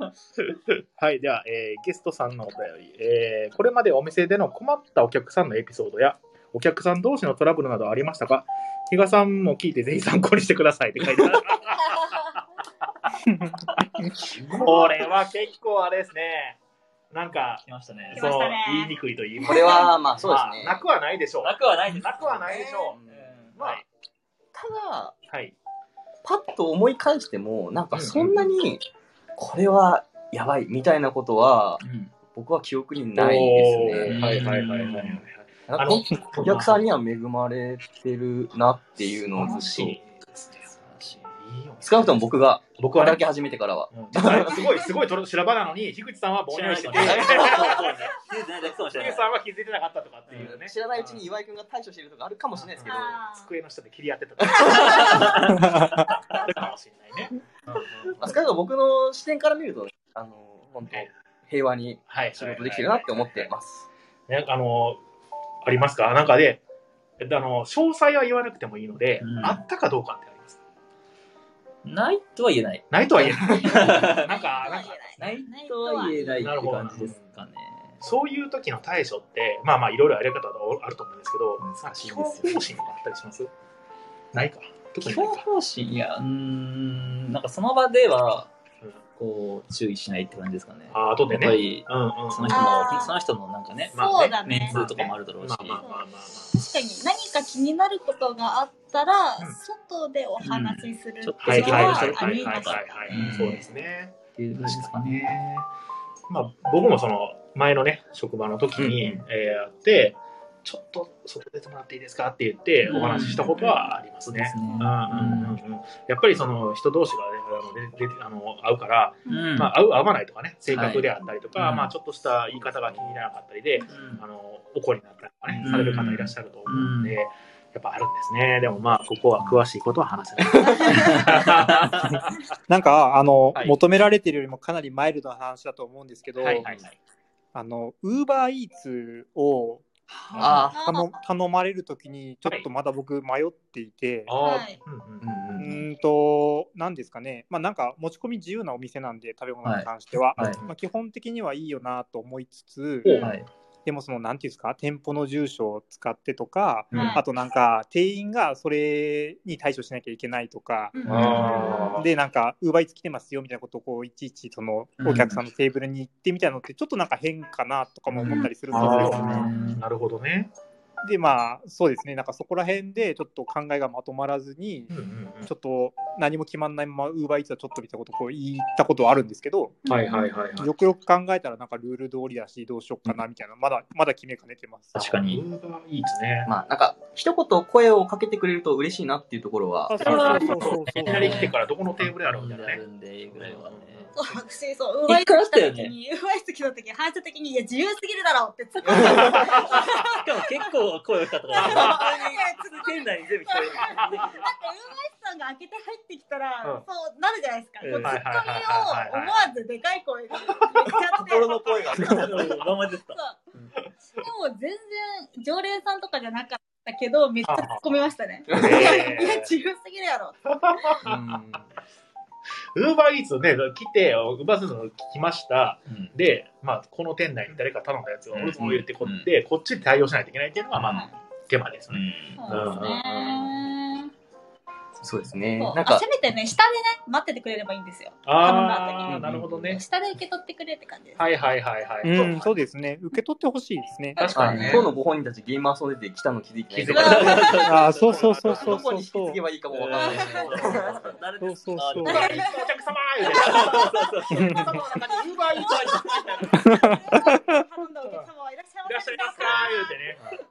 はい、では、えーゲストさんのお便り、えーこれまでお店での困ったお客さんのエピソードや、お客さん同士のトラブルなどありましたか比嘉さんも聞いてぜひ参考にしてくださいって書いてある。これは結構あれですね。なんか、来ましたね来。そましのたね言いにくいと言いますこれは、まあそうですね。まあなくはないでしょう。なくはないです。なくはないでしょうんう。まあ、ただ、はい。パッと思い返しても、なんかそんなに、これはやばいみたいなことは、うん僕は記憶にないですおねー。はいはいはいはいはい。なんかあのお客さんには恵まれてるなっていうのをずっと、少なくとも僕が僕はね働き始めてからは。うん実はすごい、すごいとろ修羅場なのに、樋口さんはぼんやりしてて、知らない樋全然そうじゃな口い。さんは気づいてなかったとかっていうね、知らないうちに岩井君が対処してるとかあるかもしれないですけど、まあー机の下で切り合ってたとか、あるかもしれないね。あ、少なくとも僕の視点から見ると、あの、本当平和にはい、仕事できてるなって思ってます。ね、あの、ありますかなんかで、えっとあの、詳細は言わなくてもいいので、うんあったかどうかってあります。ないとは言えない。ないとは言えない。なんか、なんか、ないとは言えないって感じですかね。そういう時の対処って、まあまあ、いろいろあり方があると思うんですけど、まあ基本方針があったりしますないか。特に基ない本か。方針いや、うーん、なんかその場ではうん、こう、注意しないって感じですかね。あ後やでっぱね。り、うんうん。その人あの、ーその人のなんかね、まあねそうだメねン。ツとかもあるだろうしま。あまあまあまあまあ。確かに何か気になることがあったら、うん外でお話しするっていうのはいはいははあいりはいはいかはいもしれはい。そうないですね。っていう感じですかね。ね。まあ、僕もその前のね、職場の時に、うんえーやって、ちょっと外出てもらっていいですかって言ってうんお話ししたことはありますね。うんうんうんうんうんやっぱりその人同士が、ね、あのでであの会うから、うんまあ、合う合わないとかね性格であったりとか、はいうんまあ、ちょっとした言い方が気に入らなかったりで、うんあの怒りになったりとかね、うんされる方いらっしゃると思うんで、やっぱあるんですねでもまあここは詳しいことは話せない。なんか、あの、はい求められてるよりもかなりマイルドな話だと思うんですけど、はいはいはいあの、ウーバーイーツをああー頼頼まれるときに、ちょっとまだ僕迷っていて、あーはいうんうんあ、うんううんーんと、なんですかね、まあなんか持ち込み自由なお店なんで、食べ物に関しては、はいはいまあ、基本的にはいいよなと思いつつ、おはい。でもその、なんていうんですか、店舗の住所を使ってとか、うんはいあとなんか、店員がそれに対処しなきゃいけないとか、うんあで、なんか、ウーバーイーツ来てますよみたいなことをこう、いちいち、その、うんお客さんのテーブルに行ってみたいなのって、ちょっとなんか変かなとかも思ったりするんですあよ。ーなるほどね。で、まあ、そうですね、なんかそこら辺で、ちょっと考えがまとまらずにうん、うんうんちょっと何も決まんないまま、ウーバーイーツはちょっとみたいなことをこう言ったことはあるんですけど、はいはいはいはい。よくよく考えたら、なんかルール通りだし、どうしようかなみたいな、まだ、まだ決めかねてます。確かにウーバーイーツね。まあ、なんか、一言声をかけてくれると嬉しいなっていうところはあ、そうそうそうそういきなり来てからどこのテーブルやろうみたいなあねる。んで、ぐらいはね。そう私そう、ウーバーイーツ来た時に、ウーバーイーツ来た時に、反射的に、いや、自由すぎるだろうって突っ込んで、いや <laughs> しかも結構声良かったから。突っ込んで店内に全部聞こえる。だってウーバーイーツさんが開けて入ってきたら、うんそうなるじゃないですか。うんこうツッコミを思わずでかい声で言っちゃって。心の声が。ままでした。そう。でも全然常連さんとかじゃなかったけど、めっちゃ突っ込みましたね。いやへーいや自由すぎるやろ。うんウーバーイーツね、来て、ウーバーイーツの来ました。うんで、まあ、この店内に誰か頼んだやつを、うん俺も言ってこって、こっちで対応しないといけないっていうのが、まあ、手間ですうね。んそうですね。そうですね。そうなあんかせ、めてね、下でね、待っててくれればいいんですよ。あ頼あ、んなだ後にるほどね。下で受け取ってくれって感じです。はいはいはいはうい。ん、そうですね。受け取ってほしいですね。確はかいにね。今日のご本人たちゲーマー遊んでて来たの気づいて気ないづとかか。なかったあーそうそうそうそうどこに引き継げばいいかもわかんない。誰そうそうそうウーバーイーツのお客様みたいな。お客様の中にウーバーイーツのお客様頼んだお客様はいらっしゃいいらっましゃせいますか言うてね。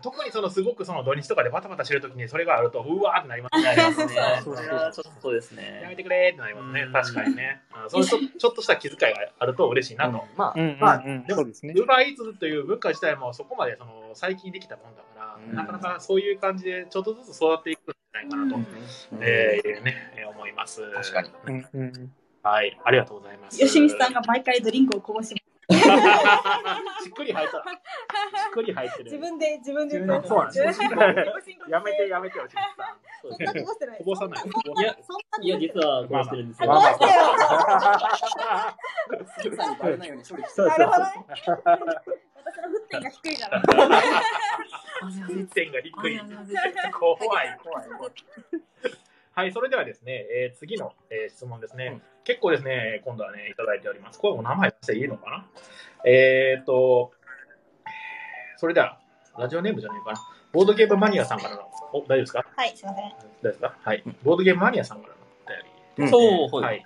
特にそのすごくその土日とかでバタバタしてるときにそれがあるとうわーってなりますね。それはちょっとそうですやめね。てくれーってなりますねう。ん確かにね。あそうちょちょっとした気遣いがあると嬉しいなと。まあう、ん、うん、まあうん、でもそうですねウ。ーバーイーツという文化自体もそこまでその最近できたもんだから、うんなかなかそういう感じでちょっとずつ育っていくんじゃないかなと、うんえーね、えー思います。確かに。うん、うん。はい、ありがとうございます。よしみさんが毎回ドリンクをこぼしましっくり入った。しっくり入ってす。る。 <laughs> 自分で自分で。自分でそうなんですよ自分でやめてやめてよ、しみさん。そんなこぼ <laughs> してない。こぼさないそんなこぼいやそんなこぼいや、実はこうしてるんですよ。まあまあしてない杉さんにバレないように処理して。そうなそるうほどね。私の沸点が低いから。点が低い。怖い、怖い。 <laughs> はい、それではですね、えー次の、えー質問ですね、結構ですね、今度はね、いただいております。これお名前出していいのかなえーっと、それでは、ラジオネームじゃないかな。ボードゲームマニアさんからの、お、大丈夫ですかはい、すいません。大丈夫ですかはい。ボードゲームマニアさんからのお便りうんそう、ほい。はい。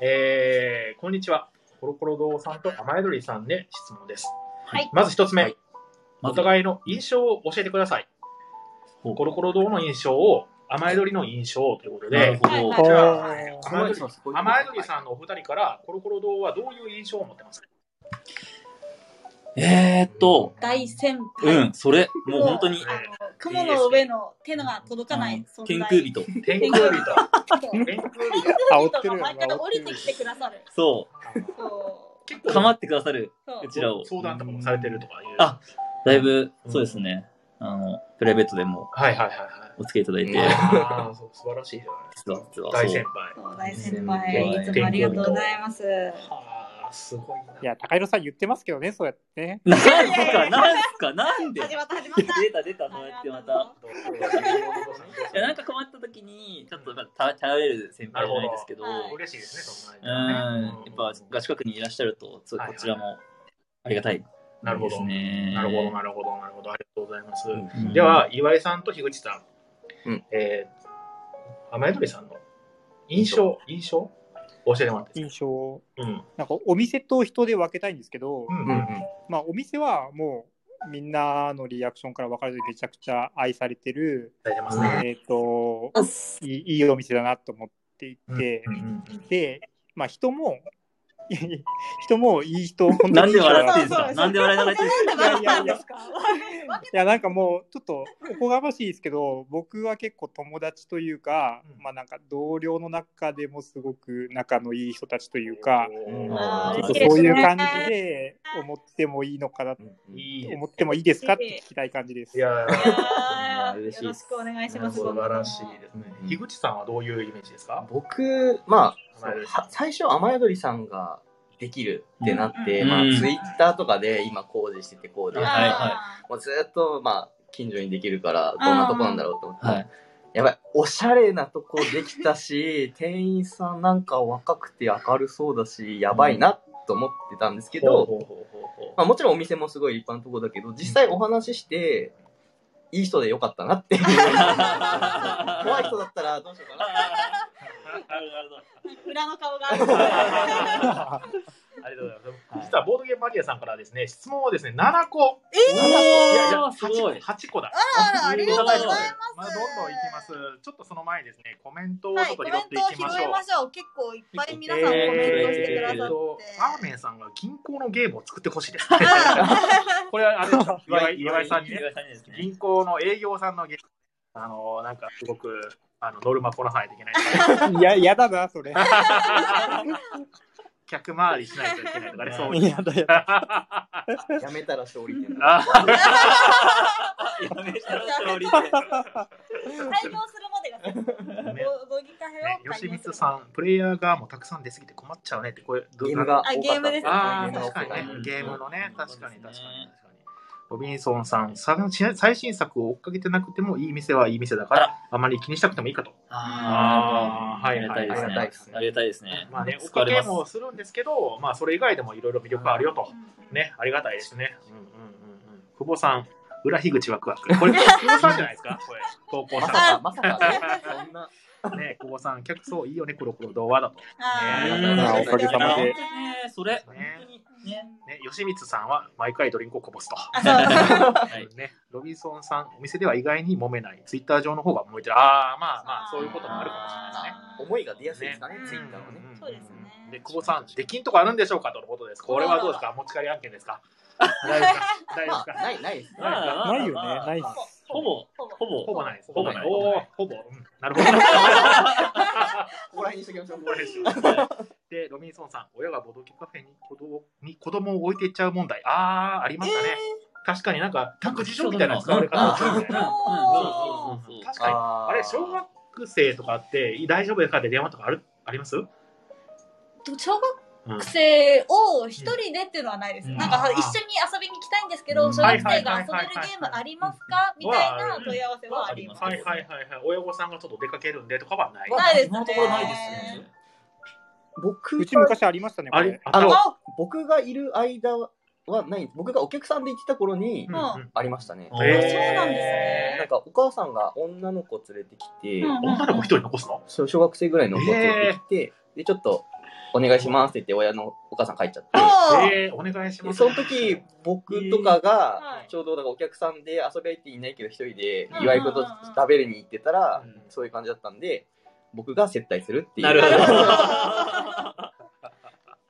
えーこんにちは。コロコロ堂さんと甘えどりさんで質問です。はいまず一つ目、まおず互いの印象を教えてください。ほうコロコロ堂の印象を、甘えどりの印象をということなるで、ほはいど。はいほじどゃあ、この人はすごい甘えどりさんのお二人から、コロコロ堂はどういう印象を持ってますかえーっと、大先輩。うん、それ、もう本当に、あの雲の上の手のが届かない存在。天空人。天空人。そう天空天人。空人が毎回降りてきてくださる。そそう結う、構ってくださる、そううちらを。相談とかもされてるとかいう。あだいぶ、うんそうですね、あの、プライベートでもはいはいはいはい。お付き合いいただいて、ああ、そう素晴らしいじゃないです実は、実か。は。大そ先う輩。そう大先輩。いつもありがとうございます。はあ、すごいな。いや、高弘さん言ってますけどね、そうやってね。なんすか、なんすか、なんで。始まった始まった。出た出た、そうやってまた。いやなんか困った時に、ちょっとまあた頼れる先輩じゃないですけど、なるほど嬉しいですね、そんうん、なやっぱ、が近くにいらっしゃると、そうはいこちらもありがたいなるほでどす。ね。なるほど、なるほど、なるほど。ありがとうございます。うんで、は、岩井さんと樋口さん、うんえー、甘えどりさんの印象、印象教えてもらっていいで印象。すか。なんかお店と人で分けたいんですけど、うん。ううん。うんんまあお店はもうみんなのリアクションから分かるとめちゃくちゃ愛されてる、大丈夫ですね。えっ、といい、いいお店だなと思っていて、うんうんで、まあ人も、 <laughs> 人もいい人、本当なにんいいで人だ笑なってとんすかなんで笑いながら言ってんすかいやいやいやですか。いやなんかもうちょっとおこがましいですけど僕は結構友達というか、うんまあなんか同僚の中でもすごく仲のいい人たちというか、あちーょっとそういう感じで思ってもいいのかないいです思ってもいいですかって聞きたい感じです。いやーよろしくお願いします。素晴らしいですねう。ん樋口さんはどういうイメージですか僕、まあ、そ甘えどうりさんは最初、甘えどりさんができるってなって、うんまあうん、ツイッターとかで今、工事してて、こうで、はいもうずっと、まあ、近所にできるから、どんなとこなんだろうと思って、はい。やばい、おしゃれなとこできたし、 <laughs> 店員さんなんか若くて明るそうだし、やばいなと思ってたんですけほど、うほうほうほうほうまあ、もちろんお店もすごい立派なとこだけど、実際お話しして、いい人でよかったなっていう。怖い人だったらどうしようかな。なるほど。裏の顔が。ありがとうございます。実はボードゲームマニアさんからですね、質問をですね、7個。えーやすごい8個だ。あらありがとうございます。まあ、どんどんいきます。ちょっとその前にですね、コメントをちはょっい、コとメ拾ンっていトをき拾ましょ。いうましょう。結構いっぱい皆さんコメントしてくださっえて。ーとラーメンさんが銀行のゲームを作ってほしいですね。 <laughs> これはあれ <laughs> 岩井岩井さんにね、岩井さんにですね。銀行の営業さんのゲーム、あのなんかすごくあのノルマこなさないといけない。いや、やだな、そ <laughs> れ。や客回りしないといけないとかね、そういう。だやだ。やめたら勝利 <laughs> 点だ。あやめたら勝利開業するまでが全部。ねご議会ねを開、業す吉るまで。光さん、プレイヤーがもうたくさん出すぎて困っちゃうねって、これ、どゲームが多かあった。ゲームですねあゲームあ、確が多かかっにたね、うんゲームのね、確かに確かに確かそうにで。ロビンソンさん、さ最新作を追っかけてなくてもいい店はいい店だから、あまり気にしなくてもいいかと。ああ、あーありがたいですはいはいあねりがたいです。ねありがたいですね。 <laughs> まあ <laughs> ね、追っ救かわれけますもするんですけど、まあ、それ以外でもいろいろ魅力あるよと。ね。ね、ありがたいですね。うんうんうんうん。久保さん、裏樋口ワクワク。これ、久保さんじゃないですか、これ、投稿ま者ささか、まさか、そんな。ん。ね、久保さん、客層いいよね、黒黒童話だと。あーおかげさまいや本で当にね、それ、本当にね。ね、吉光さんは毎回ドリンクをこぼすと。あそうはい。ね、ロビンソンさん、お店では意外に揉めない。ツイッター上の方が揉めてる。ああ、まあまあ、そういうこともあるかもしれないですね。思いが出やすいですかねね、ツイッターはね。んんんそうですねで、久保さん、できんとこあるんでしょうかとのことです。これはどうですか持ち帰り案件ですか大丈夫ですか大丈夫でまあ、すかない、ないです。まあないよね、まあないっほす。ほぼ、ぼほぼ、ほぼないです。ほぼないおほぼおなーい、ほぼ。うんなるほど。ここら辺にしときましょう。これですよで、ロビンソンさん、親がボドキカフェに子供に子供を置いていっちゃう問題。ああ、ありましたね。確かになんか、託児所みたいなの使われ方をするみたいな。あそうそうそうそう確かに。あれ、小学生とかって大丈夫ですかって電話とかあるあります小学うん癖を一人でっていうのはないです。うんなんかあー一緒に遊びに行きたいんですけど、小学生が遊べるゲームありますかみたいな問い合わせはあります。はいはいはいはい。親御さんがちょっと出かけるんでとかはない。ないですね今のところないですよね。僕うちが昔ありましたね、こあれれ。ああの、あ、僕がいる間はないんです僕がお客さんで行ってた頃にうんんありましたね。あへーそうなんですねなんかお母さんが女の子連れてきて、うんうん女の子一人残すの小小学生ぐらいの子連れてきて、でちょっとお願いしますって言って親のお母さん帰っちゃって。あえー、お願いしでます。その時、僕とかはがい、ちょうどだからお客さんで遊び相手いないけど、一人でうん、祝いこと食べるに行ってたらうん、そういう感じだったんで、僕が接待するっていなるほうど。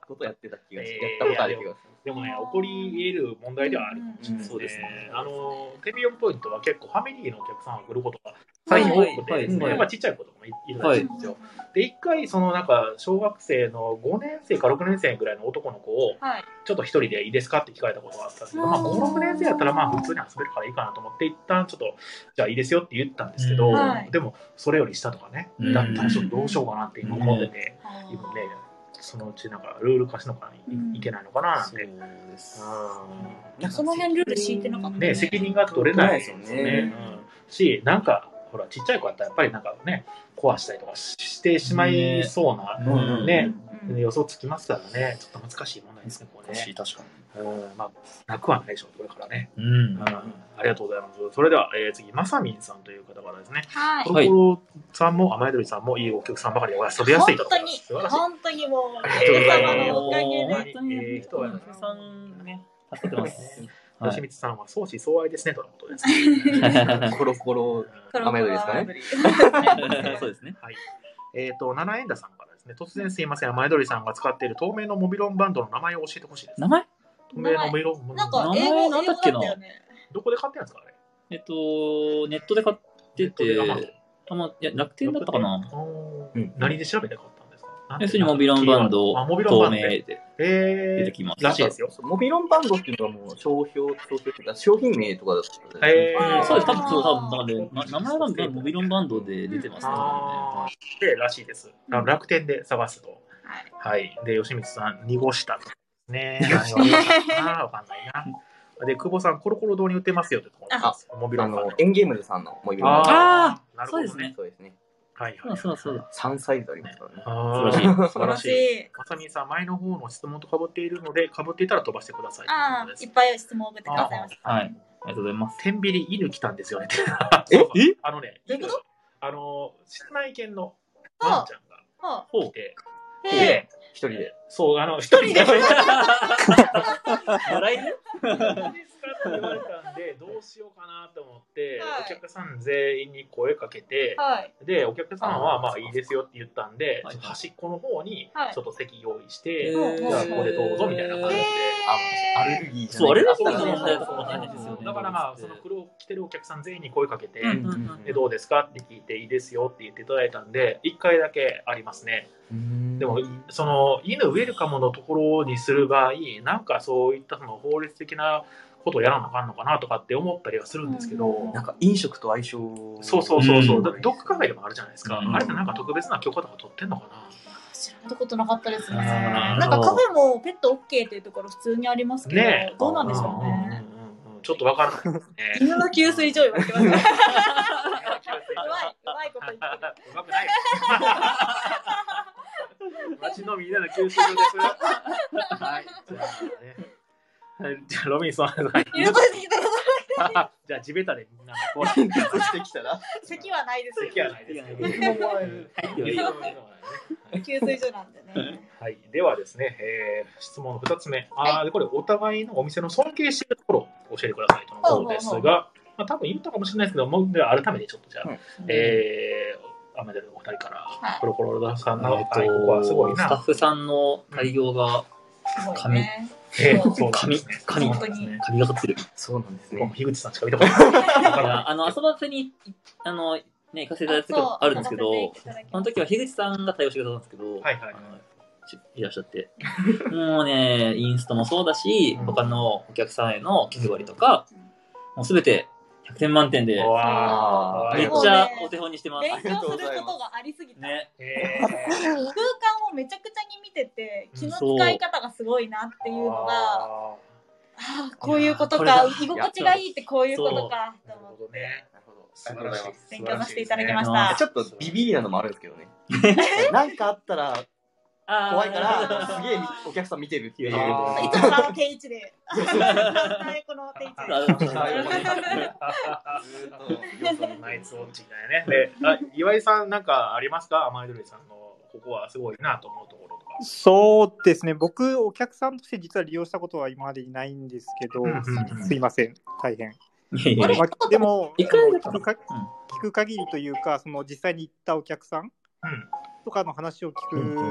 ことをやった気がしえやーったことある気がすでもね、起こり得る問題ではある。うんうんそうですね。あの、テレビオンポイントは結構ファミリーのお客さんを送ることが最近多くて、はいはいはいやっぱちっちゃい子とかもいいるらしいんですよ。で、一回、そのなんか、小学生の5年生か6年生ぐらいの男の子を、はい。ちょっと一人でいいですかって聞かれたことがあったんですけど、うんまあ、5、6年生やったら、まあ、普通に遊べるからいいかなと思って、一旦ちょっと、じゃあいいですよって言ったんですけど、うんはいでも、それより下とかね、うんだったらちょっとどうしようかなって今思ってて、今ね、そのうちなんか、ルール化しのかにいけないのかななんて。うんですその辺ルール敷いてなかったね、責任が取れないですよ取れないねで。うんし、なんか、ほら、ちっちゃい子だったらやっぱりなんかね、壊したりとかししてしまいそうな、うんね、うん予想つきますからね、ちょっと難しい問題ですね、これね。確かうん、まあ、なくはないでしょう、これからね。に。うん、ありがとうございます。それでは、えー次、まさみんさんという方からですね。はい。コロコロさんも、甘えどりさんも、いいお客さんばかりでお遊びやすいと。本当に素晴らしい。本当にもう、りおがとうご客ざいま様すのおかげで。本当に、え人はさんね、助けてますね。はい吉光さんは相思相愛ですね、とのことです。る。 <laughs> コロコロ。雨宿りですかねそうですね。はい。えっ、と、七円田さんからですね、突然すいません、甘えどりさんが使っている透明のモビロンバンドの名前を教えてほしいです。名前透明のモビロンバンド。なんか名英前語なんだっけな英語だたよねどこで買ってるんですか、あれ。えっと、ネットで買ってて、楽あまいや楽天だったかな。うん何で調べて買ったんですかなんて要するにモビロンバンド、あモビロンバ透ンド明で。でえ出てーきます。らしいですよ。モビロンバンドっていうのはもう商標、商標っていうか商品名とかだったんえでー、そうです、多分そう、多分なんで、な名前なんかモビロンバンドで出てますね。あーで、らしいです。うん楽天で探すと。はい。で、吉光さん、濁したと。ね何を言うのかなわかんないな。で、久保さん、コロコロ堂に売ってますよってところです。モビすロよ。あンバンのド、。エンゲームズさんのモビロンバンあーなるほそうでどすねね。ド。そうですね。はいはいそう。だそうだそうだ。 3サイズありますからね。あー素晴らし素晴らし素い。晴らしい。まさみんさん、前の方の質問とかぶっているので、かぶっていたら飛ばしてください。あということあ、ですいっぱい質問送ってくださいました。はい。ありがとうございます。天秤に犬来たんですよね。え <laughs> そうそうあのね、どういう犬こ、あの、室内犬のあワンちゃんがは来て、あへえで、一人で。そう、あの、一人で <laughs> どうですかって笑える言われたんで、どうしようかなと思って、はいお客さん全員に声かけて、はい。で、お客さんあは、ーまあいいですよって言ったんで、はいちょっと端っこの方にはい、ちょっと席用意して、えーじゃあここでどうぞみたいな感じで。あ、アレルギーじゃないそうアレルギそうそうーのそう問題だとそ思うんうですよそうねだからまあ、その黒を着てるお客さん全員に声かけて、うんでどうですかって聞いていいですよって言っていただいたんで1回だけありますねうんでもその犬ウェルカムのところにする場合なんかそういったその法律的なことをやらなあかんのかなとかって思ったりはするんですけど、うんなんか飲食と相性そうそうそうそう、うんだってどっか外でもあるじゃないですか、うんあれってなんか特別な許可とか取ってんのかな知らないことなかったですね。あーなんかカフェもペット OK というところ普通にありますけど、ねえどうなんでしょううんね。うんうんちょっとわからないです <laughs> ね。犬の給水所言われて <laughs> ますね。うまい、うまいこと言ってる。うまくない。 <laughs> 町のみんなの給水所です。はい。じゃあねはい。じゃあロビンソンさん。犬の給水所じゃあ地べたでみんなのコーヒーしてきたら。席はないですよ。席はないですけど。席給水所なんでね。はい、ではですね、えー質問の2つ目、あーでこれ、お互いのお店の尊敬しているところを教えてくださいとのことですほうほうが、まあ多分言ったかもしれないですけど、もうでは改めてちょっとじゃあ、うんえー、アメダルのお二人から、はいコロコロダさんの、えっあーここはすごいと、スタッな、フさんの対応がすごい神ね。えーそうなんで神すね、神そうなんですね神がかってる。いそうなんです僕もね。樋口さんしか見たことない。やあの遊ばせにあのね行かせていただいた時もあるんですけど、その時は樋口さんが対応してくださったんですけど、はいはいあのちいらっしゃって、もうね、インストもそうだしうん、他のお客さんへの気配りとか、もうすべて100点満点で、うわーめっちゃお手本にしてます。勉強することがありすぎた。ね。え空間をめちゃくちゃに見てて気の使い方がすごいなっていうのが、あああーこういうこといやかー居心地がいいってこういうことかーなとる思っほてどね。なるほど素晴らしい。勉強させていただきまし素た。ちょっとビビりなのもあるんですけど <laughs> ね。なんかあったらあー怖いかあら、ーすげえお客さん見てるっていう。晴らしいいでつすね。ものあの定位置で。太鼓の定位置で。 <laughs> あーあずーっと様子を見てーるナイ <laughs> ツウォッチだよね。で、あ岩井さんなんかありますか？甘えどりさんのここはすごいなと思うところとか。そうですね、僕、お客さんとして実は利用したことは今までにないんですけどうんうんうん、すいません、大変。いやいまやいやあ、でも、一回だけかな聞くか聞く限りというか、その実際に行ったお客さんうん。とかの話を聞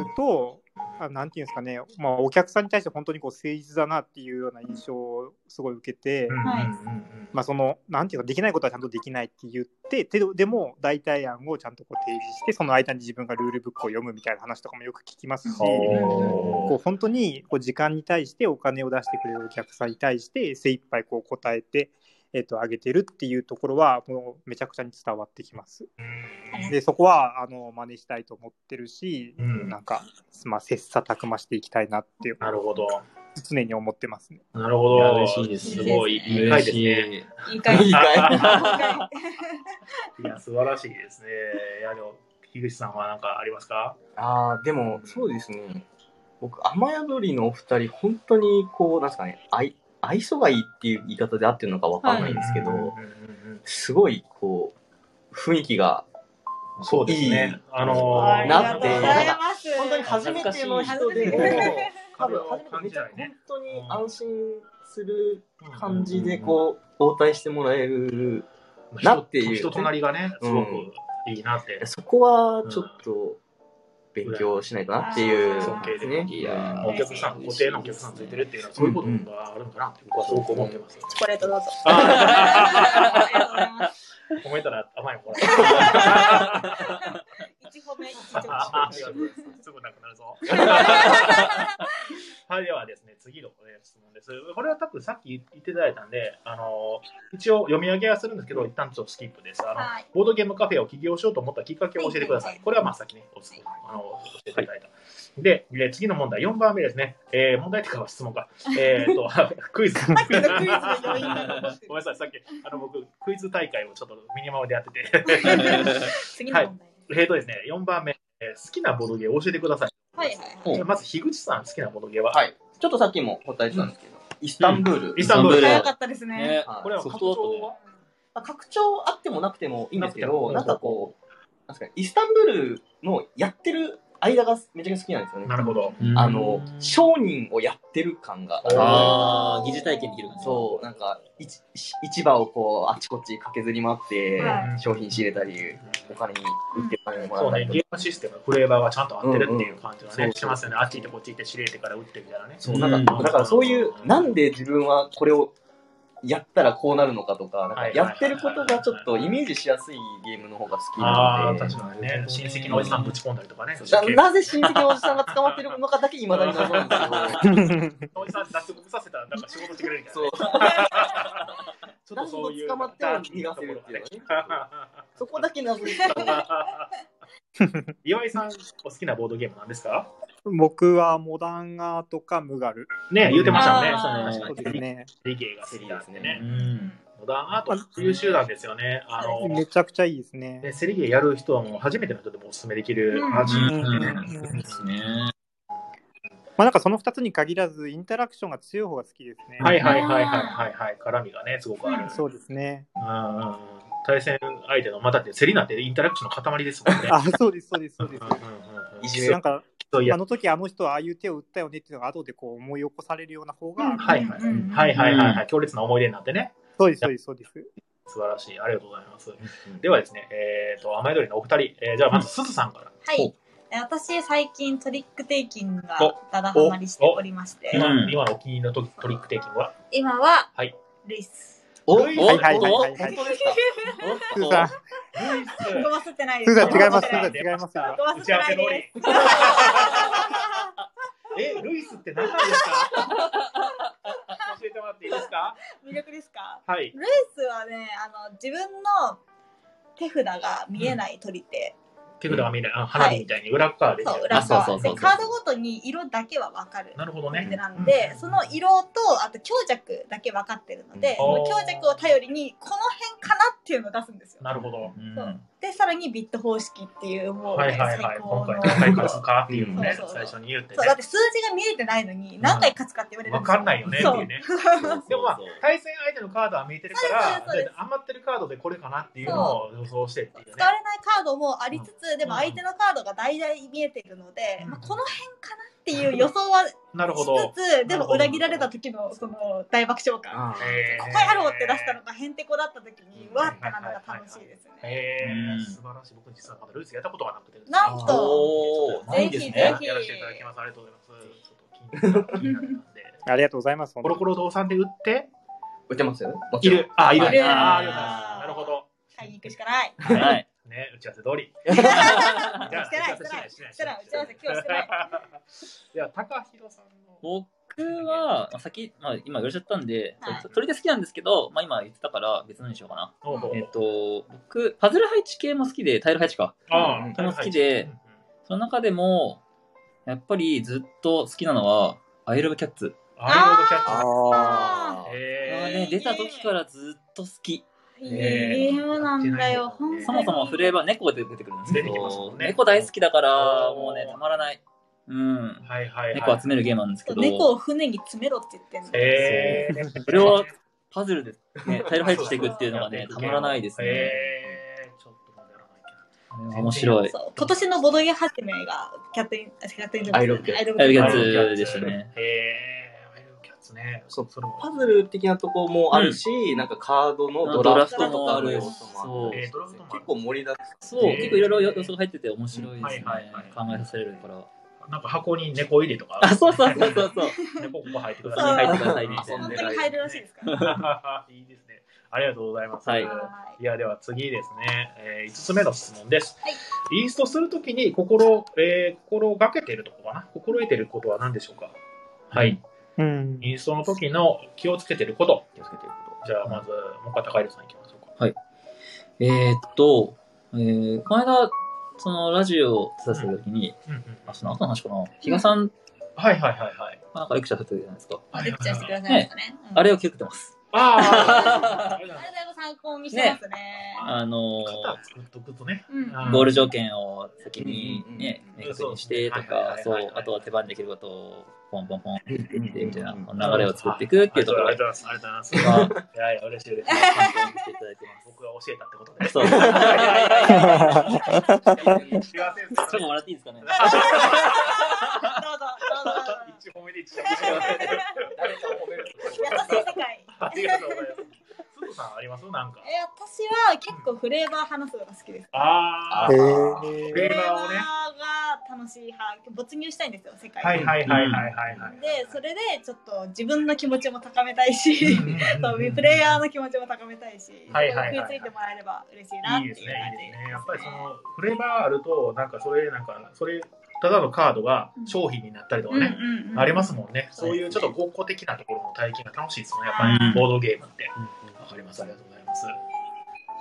くと、あなんていうんですかね、まあ、お客さんに対して本当にこう誠実だなっていうような印象をすごい受けて、うんうんはいうんまあ、そのなんていうかできないことはちゃんとできないって言ってででも代替案をちゃんとこう提示してその間に自分がルールブックを読むみたいな話とかもよく聞きますしおーこう本当にこう時間に対してお金を出してくれるお客さんに対して精一杯こう答えて。えっと、上げてるっていうところはもうめちゃくちゃに伝わってきます。でそこはあの真似したいと思ってるし、うんなんか、まあ、切磋琢磨していきたいなってなるほど。常に思って <laughs> ますね。なるほいどや。嬉しいですすごいいい回嬉ですしね。い。いい回いいかいや素晴らしいですね。いやでも樋口さんは何かありますか？ <laughs> ああ、でも、そうですね。僕、雨宿りのお二人、本当に、こう、なんですかね、愛、愛想がいいっていう言い方で合ってるのかわかんないんですけど、うんうんうんうんすごい、こう、雰囲気が、そうですね。あのあーりながっとてうございます。本当に初めての人で恥ずかしいも、多分、初めてめちゃ感じない本ね当に安心する感じで、うんこう、応対してもらえる。うんなっていう人となりがね、すうんごくいいなって。そこは、ちょっと、勉強しないとなっていう、尊敬できるね。いやーお客さん、固定のお客さんついてるっていうのは、そういうことがあるのかなって、僕はすごく思ってます。チョコレートどうぞ。あありがとうございます。褒めたら甘いもらありがとうございま一褒め一チョコ。す。すぐなくなるぞ。はい、ではですね、次の、ね、質問です。これは多分さっき言っていただいたんで、あの一応読み上げはするんですけど、一旦ちょっとスキップです。あのはい。ボードゲームカフェを起業しようと思ったきっかけを教えてください。はいこれはまあ先ね、お伝えあの教えていただいた。で、えー次の問題、4番目ですね。えー問題というか質問か。えーっと、 <laughs> クイズ。さっきのクイズの余韻が残ってごめんるなさい、さっき、あの、僕、クイズ大会をちょっとミニマムでやってて。次の問題。えーっとですね、4番目、えー好きなボードゲームを教えてください。はいはいはい。うんまず、樋口さん、好きなボードゲームは、はい。ちょっとさっきも答えしたんですけど、イスタンブール。イスタンブール。早かったですね。ね。はいこれはソフ拡ト張だはまあ拡張あってもなくてもいいんですけど、ななくんてもかこう、なんすかねイスタンブールのやってる間がめちゃくちゃ好きなんですよねな。るほど。あの、商人をやってる感が。あー疑似体験できる感じそう、なんか、市市場をこう、あちこち駆けずり回っては、い商品仕入れたり、お金に売ってお金をもらそうったりね、とゲーか。ムシステム、フレーバーがちゃんと合ってるっていう感じはうんうね、んしますよね。あっち行ってこっち行って、知れてから打ってみたいなね。そうなんかうんだからそういう、なんで自分はこれをやったらこうなるのかとか、なんかやってることがちょっとイメージしやすいゲームの方が好きなあのあ、で。確かにね。親戚のおじさんぶち込んだりとかね。ななぜ親戚のおじさんが捕まってるのかだけいまだに謎なんですけどおじさん脱獄させたらなんか仕事してくれるみたいなそねう。ちょっとそういう。なんと捕まっても逃がせるっていうそこだけ謎ですけどね。岩井さん、お好きなボードゲームなんですか僕はモダンアートかムガルね言うてましたね。あー確そうかですにね。リゲーが好きだってうね。ん。モダンアート優秀なんですよね。あの、めちゃくちゃいいですね。ね、セリゲーやる人はもう初めての人でもおすすめできるうん味うんねですね。まあなんかその2つに限らずインタラクションが強い方が好きですね。はいはいはいはいはいはい。絡みがね、すごくある。そうですね。うんうんうん対戦相手の、まあだってセリなんてインタラクションの塊ですもんね。あ、そうですそうですそううんうんでうんうんいじめす。なんかそういやあの時あの人はああいう手を打ったよねっていうのが後でこう思い起こされるような方が、はいはいうんはいはいはい、はい、強烈な思い出になってね。そうですそうですそうです。素晴らしい。ありがとうございます。ではですね、えっ、と、雨宿りのお二人、えーじゃあまずすずさんから。はい。私、最近トリックテイキングがだだハマりしておりまして、今うん今のお気に入りのトリトリックテイキングは今ははい、ルイス。おいはいはいはいはい、本はい。当ですかスーさん、ごますってないでスーす。さん違いますスごわーさせてないん違いますよ。ごわせてないで <laughs> え、ルイスって何なんですか <laughs> 教えてもらっていいですか魅力ですかはい。ルイスはねあの自分の手札が見えない鳥って、手札が見えない。あ花火みたいに裏側ですそうよね。裏側あそうそうそうそうでカードごとに色だけは分かるなるほど感じね。なんで、その色とあと強弱だけ分かってるので、うんもう強弱を頼りにこの辺かなっていうのを出すんですよなるほど。そうでさらにビット方式っていうもう、はいはいはい。最高今の回何回勝つかっていうのをねそう、そう最初に言ってねそうだ。って数字が見えてないのに何回勝つかって言われるわですよかんないよねっていうね。でもまあそうそう、対戦相手のカードは見えてるかそうですそうらです、余ってるカードでこれかなっていうのを予想してっていうね使。われないカードもありつつ、でもうん相手のカードが大体見えてるので、うんまあ、この辺かなっていう予想はしなるほど。つつでなるもほど裏切られた時のその大爆笑感あえーここやろうって出したのがへんてこだった時にうんわってなのが楽しいですね。えーうん素晴らしい。僕実はまだルイスやったことがなくてですね。なんあーとちょっとないんですねやらせていただきます。ありがとうございます。ちょっと気になるんで。ありがとうございます。コロコロ動産で打って、打てますよね。もちいろんる。。あ、いる。あいるー、ありがとうございます。なるほど。買いに行くしかない。はい。ね、打ち合わせ通 <laughs> り。じゃあしてない打ち合わせしないしてないしてないしてない打ち合わせ今日してない。では、高弘さんの。僕は、まあ先、まあ、今言われちゃったんで、はいそれで好きなんですけど、まあ、今言ってたから別のにしようかな。おうえっ、と、僕、パズル配置系も好きで、タイル配置か。あ僕も好きで、その中でも、やっぱりずっと好きなのは、アイロブキャッツ。アイロードキャッチ。あああ。これはえね、出た時からずっと好き。いいゲームなんだよ、本当にそもそもフレーバー猫が出てくるんですけ出てきますもど、んね猫大好きだから、おーもうね、たまらない。うんー。。はいはいはい。猫集めるゲームなんですけど、猫を船に詰めろって言ってんの。えー、それをパズルで、ね、タイル配置していくっていうのが <laughs> ね、たまらないですね。えー、ちょっとまだやらないけど。面白い。そう今年のボドゲ始めがキャプテン、あキャプテンじゃないアイロブキャッツロブアイロブキャャッッツツでしたね。へえー、アイロキャッツね。そうそれもパズル的なとこもあるし、なんかカードのドラフトとかの要素もあるえードラフトもある結構盛りだくさんそう、えー結構いろいろ予想が入ってて面白いですうねんはいはいはい。考えさせられるから。なんか箱に猫入れとか。あ、そうそうそう <laughs> そう。そう。猫ここ入ってくだ箱にさい入ってくださいね。そう本当に入るらしいですか <laughs> ら。いいですね。ありがとうございます。はいはいいやでは次ですね、えー、5つ目の質問です、はいイーストするときに心,、えー、心がけてるとこかな心得てることは何でしょうかはいうん。イーストの時の気をつけてること気をつけてること。じゃあまずもう一回高平さんいきましょうかえーっと、えー、この間、そのラジオを出させてるときに、うんうんあ、その後の話かな。比嘉さん、はいはいはいはいなんかレクチャーされてるじゃないですか。はいレはクチャーしていくはいださいましたね。うんあれを気をつけてます。あーあれだあれだいぶ参考にしてますね。あ <laughs> の肩作っとくとねうんあー、ゴール条件を先にねうん、うんうん明確にしてとか、そうそ、ですねはいはいはいはいうあとは手番できることをポンポンポンってうん言って、みたいな、うんうんこの流れを作っていくっていうところありで、がとうございますありがとうございまますいやいや嬉しいですあ、参考にしていただいてま。僕が教えたってこと <laughs> ですそう。すいません <laughs> ちょっともらっていいですかね。どうぞどうぞどうぞ。一褒めで一褒め誰かを褒める <laughs> 優しい世界。ありがとうございます。すずさんありますなんか。え私は結構フレーバー話すのが好きです。ああえー、ー、フレーバーをフレねー。バーが楽しい派、没入したいんですよ、世界に。はいはいはいはいはいはい。で、それでちょっと自分の気持ちも高めたいし、そうれプレイヤーの気持ちも高めたいし、はいはいはいそこに食いついてもらえれば嬉しいなっいていいうで感すね、じいいですね。やっぱりそのフレーバーあると、なんかそれ、なんか、それ、ただのカードが商品になったりとかね、うんうんうんありますもんね。そうそうですねいうちょっと合コ的なところの体験が楽しいですね、やっぱうりんボードゲームって。わかります、ありがとうございます。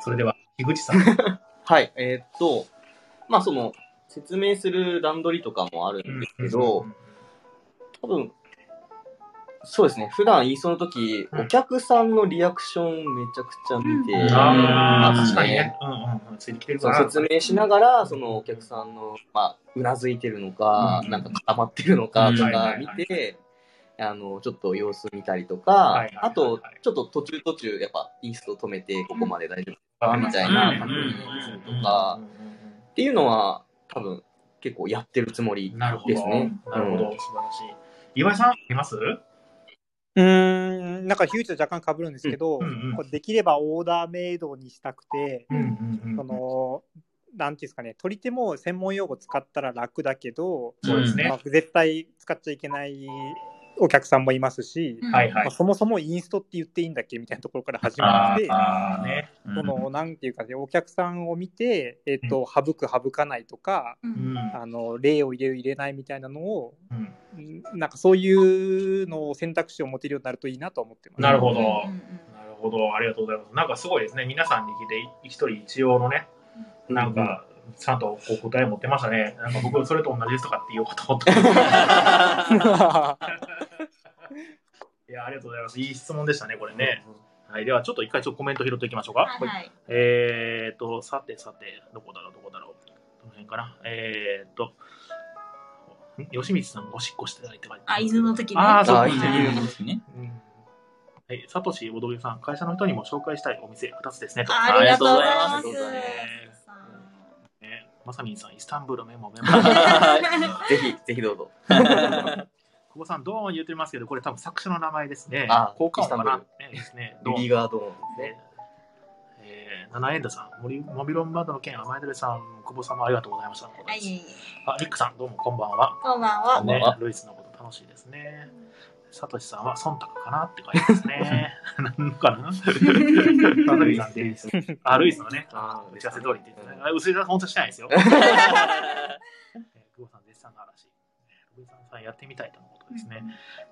それでは、樋口さん。うんはい、えーっと、まあその、説明する段取りとかもあるんですけど、多分、そうですね、普段イーストの時、うんお客さんのリアクションめちゃくちゃ見て、うんああ、うん確かにね。うんうんうん、ついてきてるそかのら。説明しながら、そのお客さんの、まあ、うなずいてるのか、うんなんか固まってるのかうとんはいかはい見はいて、あの、ちょっと様子見たりとか、いはいはいはいあと、ちょっと途中途中、やっぱ、イースト止めて、ここまで大丈夫あみたいうんな確認をするとか、っていうのは、多分、結構やってるつもりなるほど。ですね。なるほど、素晴らしい。岩井さん、いますうーん、なんかヒューチと若干被るんですけど、うんうんうんこれできればオーダーメイドにしたくて、うんうんその、なんていうんですかね、取り手も専門用語使ったら楽だけど、そうですねまあ、絶対使っちゃいけないお客さんもいますし、うんはいはまあい。そもそもインストって言っていいんだっけみたいなところから始まって、ああね。うんその、なんていうかね、お客さんを見て、えっと、省く、省かないとか、ううんんあの、例を入れる、入れないみたいなのを、うんんなんかそういうのを選択肢を持てるようになるといいなと思ってます。なるほど。うんなるほど。ありがとうございます。なんかすごいですね。皆さんに聞いて、一人一応のね、なんか、ちゃんとこう答え持ってましたね。なんか僕、それと同じですとかって言おうかと <laughs> 思った。いや、ありがとうございます。いい質問でしたね、これね。はい、では、ちょっと一回ちょっとコメント拾っていきましょうか。はいはい。えーと、さてさて、どこだろう、どこだろう。この辺かな。えーと、ん吉光さん、おしっこしてないって書いてあ、伊豆の時ね。あーそうあかあ、いいね、いいねいいですね。うんはい、サトシボドゲさん、会社の人にも紹介したいお店2つですねと。ありがとうございあまりがとすうございますねまさみんさん、イスタンブールメモ <laughs> メモ。ぜひ、ぜひどうぞ。久保さん、どうも言ってますけど、これ多分作者の名前ですね。あ効果音かイスタなン。ね、ですね。どうユもリガードーンですね。ね。えー、七円田さん、モリモビロンバンドの件、甘えどれさん、久保さんもありがとうございました。はい、いえいえあ、リックさん、どうもこんばんは。こんばんは。んばんはね、ルイスのこと楽しいですね。サトシさんは忖度かなって書いてますね。なんのかなサトシさんって、あ、ルイスのね、あ打ち合わせ通りって言ってね。あ薄いさん、本当してないですよ。えー久保さん、絶賛の嵐。ルイさんさんやってみたいとのことですね。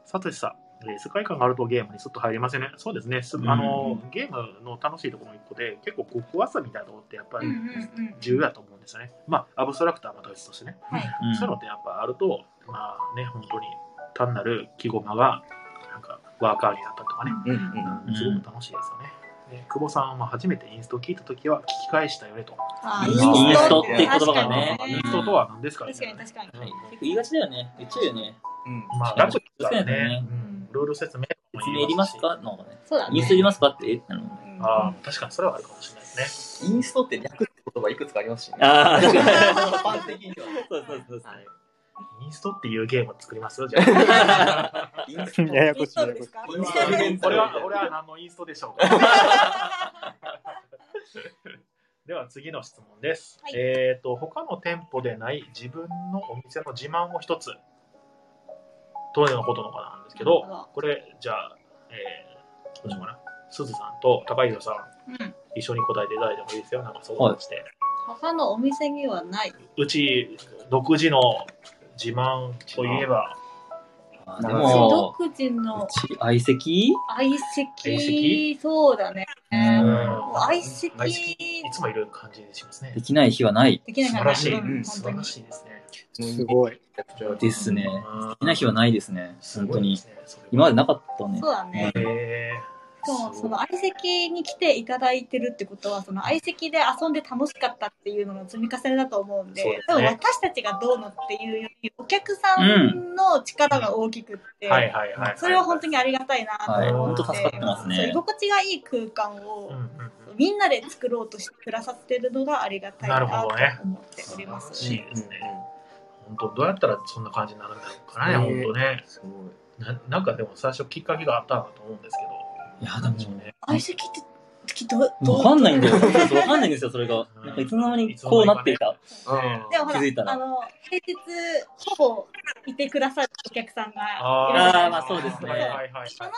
サトシさん、えー世界観があるとゲームにすっと入りますよね。そうですね。すうんあのゲームの楽しいところの一個で、結構極怖さみたいなところってやっぱうんりうんうん。重要だと思うんですよね。まあ、アブストラクターは別としてね。はい。うんそういうのってやっぱあると、まあね、本当に単なる木駒が、なんかワーカーになったとかね、うんうん。うんすごく楽しいですよね。で久保さんは初めてインストを聞いたときは聞き返したよねと。あインストって言葉がねまあうんインストとは何ですか確かに確かに。うん結構言いがちだよね。言っちゃうよね。うんまあ、楽ですからそうやねね。うんルール説明も説明いりますかの方がね。そうだインねス。トいりますかって。なるほどねうんああ、確かにそれはあるかもしれないですね。インストって略って言葉いくつかありますしね。ああ、確かに。一般的には。そうそうそうそう。インストっていうゲームを作りますよ、じゃあ。インスト <laughs> ややゲこしスいややトこでしいすかこれはこれは、俺は何のインストでしょうか。 <laughs> では次の質問です。はいえっ、と、他の店舗でない自分のお店の自慢を一つ。どういうことなのかなんですけなるほどど、これ、じゃあ、えー、どうしようかな。すずさんと高弘さん、うん一緒に答えていただいてもいいですよ。なんか相談して。他のお店にはない。うち、独自の自慢といえば、あ <laughs> ーでも、独自のうち相席相相席席そうだね。うんもう相席内いつもいる感じしますねで。きない日はないでき素な晴いかららしい。うん素晴本ら当に。しいですね。すごい。ですね。でうんきない日はないですね。本当に。。今今までなかったねそう。だね。えしかもその相席に来ていただいてるってことはその相席で遊んで楽しかったっていうのの積み重ねだと思うんでそうですね多分私たちがどうのっていうよりお客さんの力が大きくって、はいはいはい。それは本当にありがたいなはい。と思本っ当て、助かってますそう居ね。心地がいい空間を、うんうんうんみんなで作ろうとしてくださってるのがありがたいなと思っておりま素晴す。らしいですね。本当どうやったらそんな感じになるんだろうかね、ね本当ね。すごい。ななんかでも最初きっかけがあったんだと思うんですけど。いや、でも、相席ってきっとどうわかんないんだよ。わかんないんですよ、それが。うんなんかいつの間にこうなっていた。あでもほら気づいたらあの平日ほぼいてくださるお客さんがいらっしゃあるーまあそうですねはいはいはい。その人のが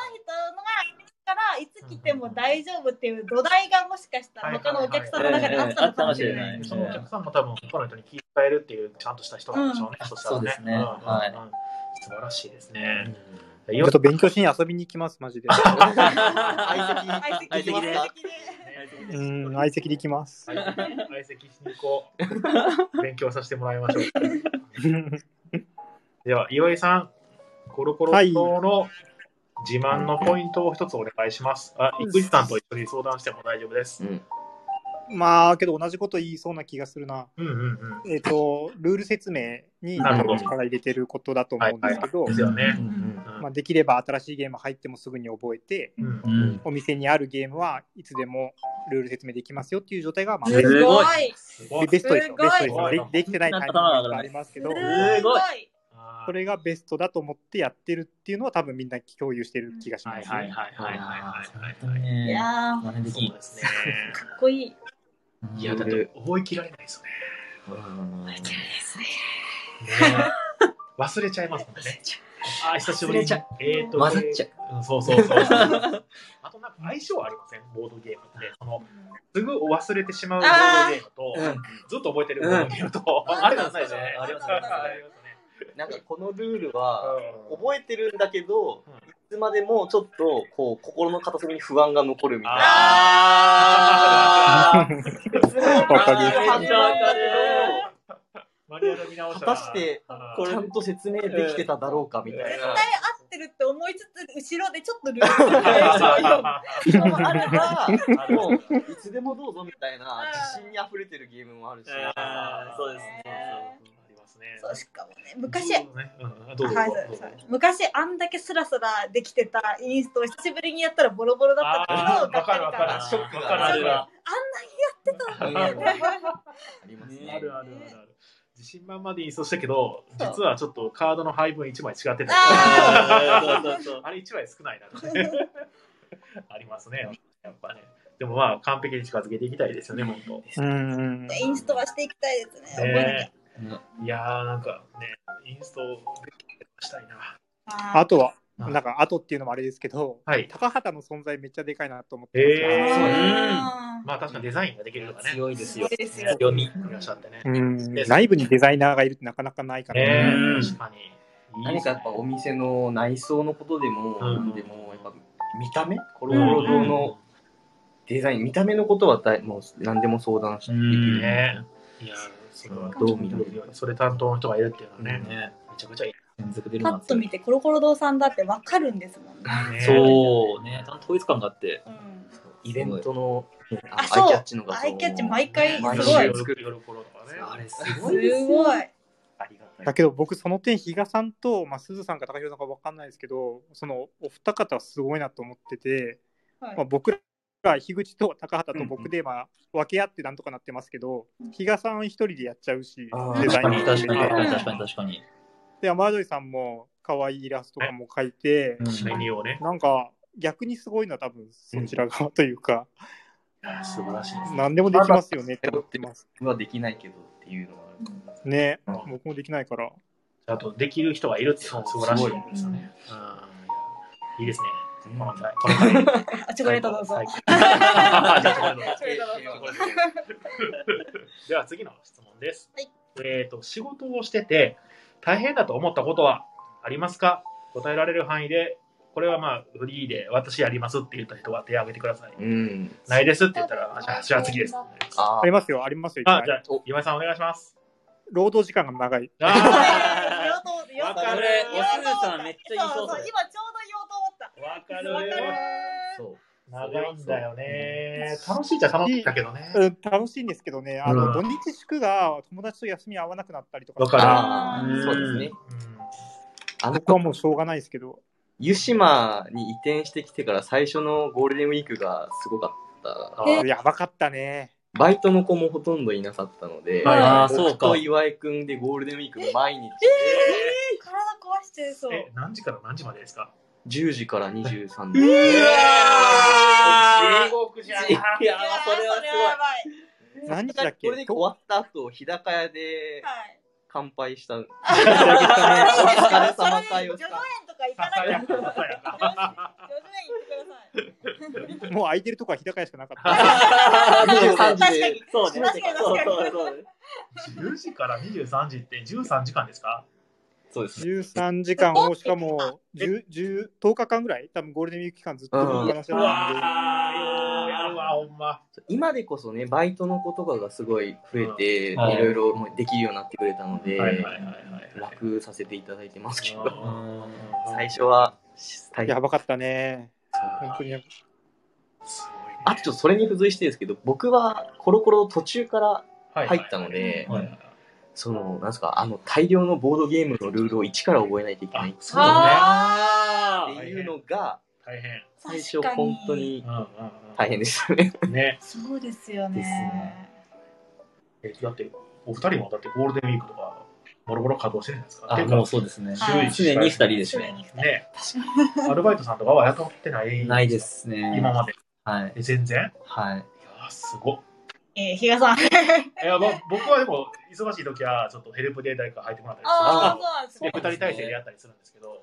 からいつ来ても大丈夫っていう土台がもしかしたら他のお客さんの中にあったのかもしれない。うんそのお客さんも多分他の人に気遣えるっていうちゃんとした人なんでしょうね。うんそしたらそうですんねんんはい素晴らしいですね。ちょっと勉強しに遊びに行きます、マ <laughs> ジで。相席相席で相席でうん、相席で行きます。相席しに行こ <laughs> う。勉強させてもらいましょう。では、岩井さん、コロコロ島の自慢のポイントを一つお願いします。あ、うん育児さんと一緒に相談しても大丈夫です。 <laughs> まあ、けど同じこと言いそうな気がするな。うんうんうん。えっ、と、ルール説明になるほど力入れてることだと思はういんではすけど、い。ですよね。まあ、できれば新しいゲーム入ってもすぐに覚えて、うんうんうん。お店にあるゲームはいつでもルール説明できますよっていう状態が、まあ、すベスごいすごいトベストですすよ。ごいベストですよで。できてないタイミングがありますけど、すごいあーそれがベストだと思ってやってるっていうのは多分みんな共有してる気がしはまいす、はいはいね。はいはい本当はいはにい。いね。やー真似でそきうんですね。かっこいい。いや、だって覚えきられないですよ <laughs> ね。いいですねね忘れちゃいますもんね。あー、久しぶりに忘れちゃ。えーと混ざっちゃうんそうそう <laughs> そう。あとなんか相性ありませんボードゲームって。そのすぐ忘れてしまうボードゲームと、ずっと覚えてるボードゲームと、 <laughs> あれなんですよね。ありますねねありますね。なんかこのルールは、うん覚えてるんだけどうん、いつまでもちょっと、こう、心の片隅に不安が残るみたいな。あ <laughs> ーわかある。ーめっちゃわかるマニュアル見直した果たしてこれちゃんと説明できてただろうかみたいな。合ってるって思いつつ、後ろでちょっとルールの解消を読あれば、もう、いつでもどうぞみたいな、自信に溢れてるゲームもあるし。あーそうですね。ありますね。む。しかもね、昔、そうねうんどうぞはいどうぞ。昔あんだけスラスラできてたインストを久しぶりにやったらボロボロだったけど、あーわかるわかる。がっショックだわかるわわ。ありますね。あるあるあるある。自信満々でインストしたけど、実はちょっとカードの配分1枚違ってた。あーそうそうそうあれ1枚少ないなと <laughs> かね。ありますね。やっぱね。でもまあ完璧に近づけていきたいですよね、本当。うんうん。てインストはしていきたいですね。覚えなきゃねいやーなんかね、インストしたいな。あとは、うんなんか、あとっていうのもあれですけど、はい高畑の存在めっちゃでかいなと思ってますえあー、ーまあ確かにデザインができるのがね、強いですよ強いですよ強みいらっしゃってね。うん、内部にデザイナーがいるってなかなかないから、えうんー、確かに。いい何かやっぱお店の内装のことでも、うんでもやっぱ見た目コロコロ堂のデザイン、見た目のことはだいもう何でも相談してできる、ね。いやーそれはどう見るそれ担当の人がいるっていうのはね、めねちゃくちゃいい連続出るパなッと見てコロコロ堂さんだってわかるんですもんね。ね。そうねちゃんと統一感があってうんイベントのああそうアイキャッチの画像アイキャッチ毎回毎週毎すごい喜ぶ頃とあかね。れすすごごいい。ありがたいだけど僕その点比嘉さんと、まあ、鈴さんか高弘さんか分かんないですけどそのお二方はすごいなと思ってて、はいまあ、僕ら樋口と高畑と僕で、まあ、分け合ってなんとかなってますけど比嘉さん一人でやっちゃうしあーデザ確イかンに確もかにうん確かに確かにで雨宿りさんも可愛いイラストとかも描いて、うんシャイニーをね。なんか逆にすごいのは多分そちら側というか、素晴らしいですね。何でもできますよねって思ってます。僕はできないけどっていうのがあるからねうん僕もできないから。あと、できる人がいるっていうのは素晴らしいすごいですよね。うんいいですね。うんこの回、この回。あチョコレートどう <laughs> ぞ。最高最高じゃあチョコレートどうぞそれだろうでは次の質問です。はいえっ、と仕事をしてて大変だと思ったことはありますか？答えられる範囲でこれはまあフリーで私やりますって言った人は手を挙げてください。うんないですって言ったらあじゃあじゃあ次です。ああありますよ、ありますよ。いっぱいじゃあ今井さんお願いします。労働時間が長い。あ用途用わ途かるおすずさんめっちゃ言いそうそそうれそう今ちょうどーわか用途だった。わかる。そう長いんだよね。楽しいっちゃ楽しいんだけどね。うん、楽しいんですけどね、あうんの土日祝が友達と休み合わなくなったりとか、わかるあうーそうですねあの僕はもうしょうがないですけど、湯島に移転してきてから最初のゴールデンウィークがすごかったうん。あやばかったね。バイトの子もほとんどいなかったので、はいあー僕そうかと岩井くんでゴールデンウィークの毎日体壊しちゃいそう。え何時から何時までですか？ 10時から23う時。わー地獄じゃん。いやーそれはすごいやばい。何日だっけこれで終わった後、日高屋ではい。乾杯した。おお疲れ様会をし叙々た。苑とか行さかさなやきゃ。かさ叙々やか。苑行ってもう空いてるとこは日高屋しかなか <laughs> った。 23時で。そうね確かに確かにそうそうそう10時から23時って13時間ですかそうです。 13時間を、しかも 10, 10, 10日間ぐらい、多分ゴールデンウィーク期間ずっとうお話だったんわー、ようやるわ、ほんま。今でこそね、バイトの子とかがすごい増えて、いうんはいろいろもうできるようになってくれたので、はいはいはいはいはい。楽させていただいてますけど、うん最初は大で、変やばかったね。本当にやばかっすごいねあとちょっとそれに付随してですけど、僕はコロコロ途中から入ったので、はいはいはいその、なんすか、あの、大量のボードゲームのルールを一から覚えないといけないあっそうだね。あていうのが、大変。最初本当にうんうん大変でしたね。うん。ね。そうですよでねすね。えだって、お二人もだってゴールデンウィークとか、ボロボロ稼働してるじゃないですか。あてかもうそうですねはい常に二人ですねね。アルバイトさんとかは雇ってない。ないですね今まで。はいえ全然はいいやー、すごっ。えー、比嘉さん。いや、ま僕はでも、忙しい時は、ちょっとヘルプで誰か入ってもらったりする。ああ、そうなんですでね。二人体制でやったりするんですけど、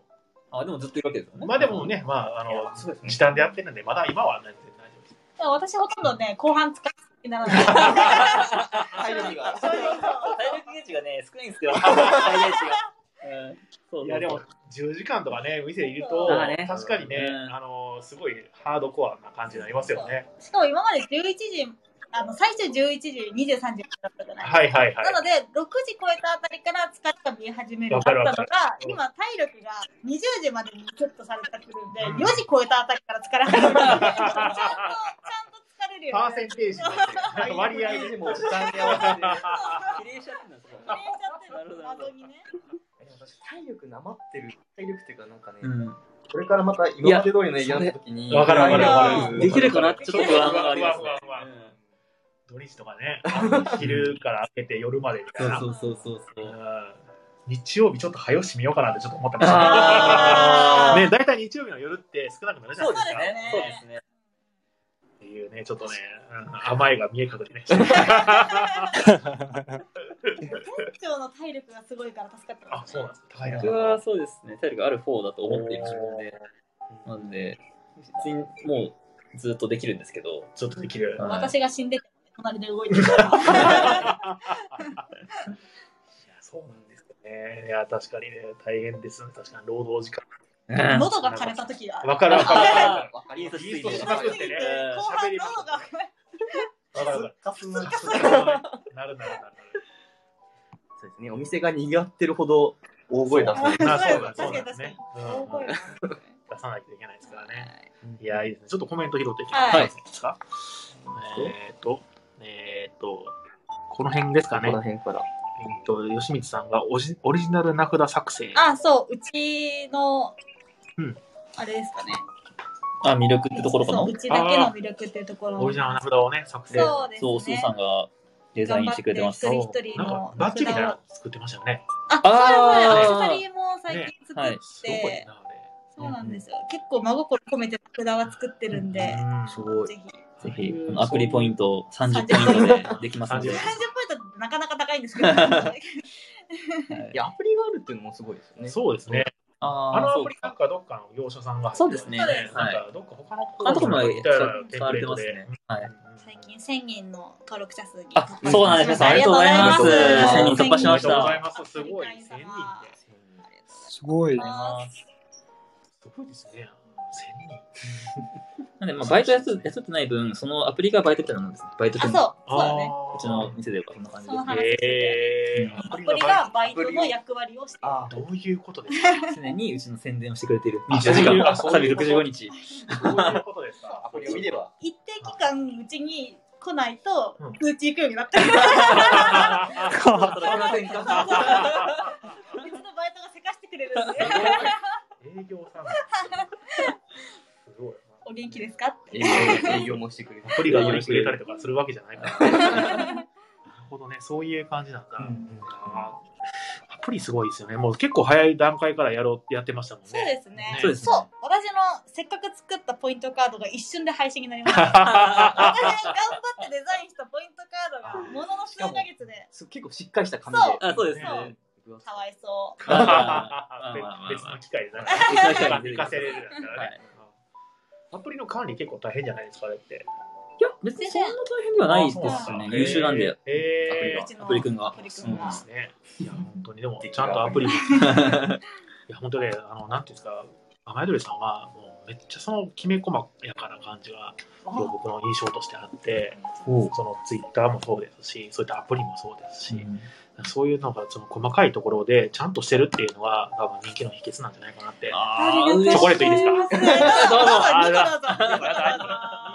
あ、でもずっといるわけですよね。まあでもね、まあ、あの、時短でやってるんで、まだ今は、ね、大丈夫です。でも私ほとんどね、後半使いにならない。体力が。そういうこ体力ゲージがね、少ないんですよ。体力ゲージが。うんそうそうそういやでも10時間とかね、店いるとまあね、確かにね、うんあのすごいハードコアな感じになりますよね。としかも今まで11時、あの最初11時、23時だったじゃないはいはいはいな。ので、6時超えたあたりから疲れが見え始めるだわったかるのわがかる、うん今、体力が20時までにセットされたくるんで、うん4時超えたあたりから疲れ始めるので、ちゃんと、ちゃんと疲れるよパうーにセンテージなんて割合でもう時短でやわわせせてて。比例しちゃってるんですよ。忘れちゃってる謎にね。でも私体力なまってる体力っていうかなんかね、うん。これからまた今まで通りの営業の時に <laughs> わかるわかるわかる。できるかなってちょっと不安不が安あ不りま安す不ね安不安。土日とかね、昼から明けて夜までみたいな。そうそうそうそうう。ん日曜日ちょっと早押し見ようかなってちょっと思ってました。あ <laughs> ね、大体日曜日の夜って少なくなるじゃないですか。ねそうですね。っていうね、ちょっとね、うん甘いが見え隠れね。 <laughs> 店長の体力がすごいから助かったあ、そうなんです。高いな。僕はそうですね、体力ある方だと思っている自分で、なんで、別にもうずっとできるんですけど、ちょっとできる。はい私が死んでてもね、隣で動いてるから。そうなんですよね。いや、確かにね、大変です。確かに労働時間。うん喉が枯れた時が。わかるわ <laughs> かるあーわかりやすイーいストねしまくってね。後半喋りま喉がく枯れって。わかるわかカスカスる。なるなるなるそうですねお店が賑わってるほど大声出すなる。まあ、そうだ、確かそうに確だかにね。うん大声が出さないといけないですからね。いや、いいですね。ちょっとコメント拾ってきてはいいですか。えっと、えっと、この辺ですかこね。の辺からえっと、吉光さんがオジオリジナル名札作成。あ、そう、うちのうん、あれですかね。あ、魅力ってところかそなうう。ちだけの魅力っていうところ。オリジナル名札をね、作成。そうですね。そう、スーさんがデザインしてくれてます。そう一人一人なんのかバッジみたいなの作ってましたよね。あ、あーそうですそうです。アクセサリーも最近作ねっすて、ごいな、あれ。そうなんですよ。結構真心込めて札は作ってるんで、うんすごいぜひ。ぜひ、このアプリポイント30ポイントでできますので。 30ポイはントってなかなか高いんです <laughs> けど、そいやアプリがあるっていうのもすごいですよねそうですね。ああのあ、そアうプリなんかどっかの業者さんがそうですね入ってるはいなんかどっか他のあのとこもみたいなテ使わンプレれてーまトすでね。。はい。最近1000人の登録者数に。あ、そうなんです。皆さんありがとうございます。あり1000がとう人突破ごしまざいますしありがとうございた。ますすごい1000人ってすごい。すごいですね。1000人。なんで、まあ、バイトやつ、やつってない分、そのアプリがバイトみたいなもんですね。バイトあ、そう、券そうだね。あーうちの店ではこんな感じそでのす話ね。えうー、アプリがバイトの役割をしている。あどういうことですか常にうちの宣伝をしてくれている。あ24時間、そういうこと365日。どういうことですかアプリを見れば一定期間うちに来ないとうん通知行くようになった。うちのバ働きませんかイトがせかしてくれる <laughs> んで。営業さん。すごい。お元気ですかって。営業営業もしてくれるアプリが用意してくれたりとかするわけじゃないから。なるほどね、そういう感じなんだ。あーアプリすごいですよね。もう結構早い段階からやろうやってましたもんね。そうですね。そうですねそう私のせっかく作ったポイントカードが一瞬で廃止になりました。私が頑張ってデザインしたポイントカードがものの数ヶ月で。そう結構しっかりした紙そうであ、そうですね。そうはいかわいそう。まあまあまあまあまあ別の機会でなん別の機か会で行かせれるんだからはいね。アプリの管理結構大変じゃないですか、あれって。いや、別にそんな大変ではないですよね。優秀なんで。えーえーうちのアプリくんがアプリくんそうがですね。いや、本当に、でも、ちゃんと <laughs> アプリも。いや、本当ね、あの、なんていうんですか、甘えどりさんは、もう、めっちゃそのきめ細やかな感じが、僕の印象としてあって、そのツイッターもそうですし、そういったアプリもそうですし、そういうのが、その細かいところで、ちゃんとしてるっていうのは、多分人気の秘訣なんじゃないかなって。チあーありョがとうコレートいいですか <laughs> どうぞ、どうぞ、あどうぞ。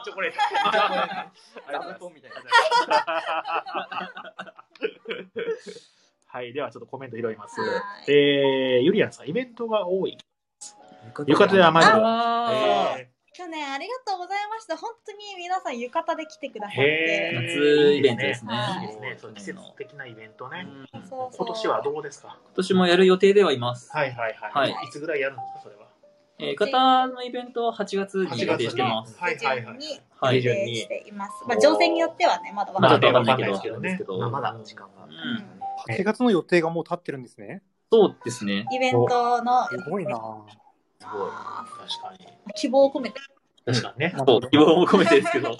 チョコレート。ラブポンみたいなはい、ではちょっとコメント拾いますは。いえー、ゆりやんさん、イベントが多い。浴衣で甘えどり。あーえ去年ありがとうございました。本当に皆さん浴衣で来てくださっーへて。ー夏イベントですねいいですね。そう季節的なイベントね。うん今そうそ今う年はどうですか年もやる予定ではいます。はいはいはい。はいいつぐらいやるんですか、それは。えー、方のイベントは8月に予定してます。は下いはいは旬い。には予い。定しています。まあ、情勢によってはね、まだわまあかちんょない。っとわかんないけど、けどねですけど、まあまだ時間があうるん、 8月の予定がもう立ってるんですね。そうですね。イベントのすごいな。すごい。確かに。希望を込めて。確かにね。そう、希望も込めてですけど。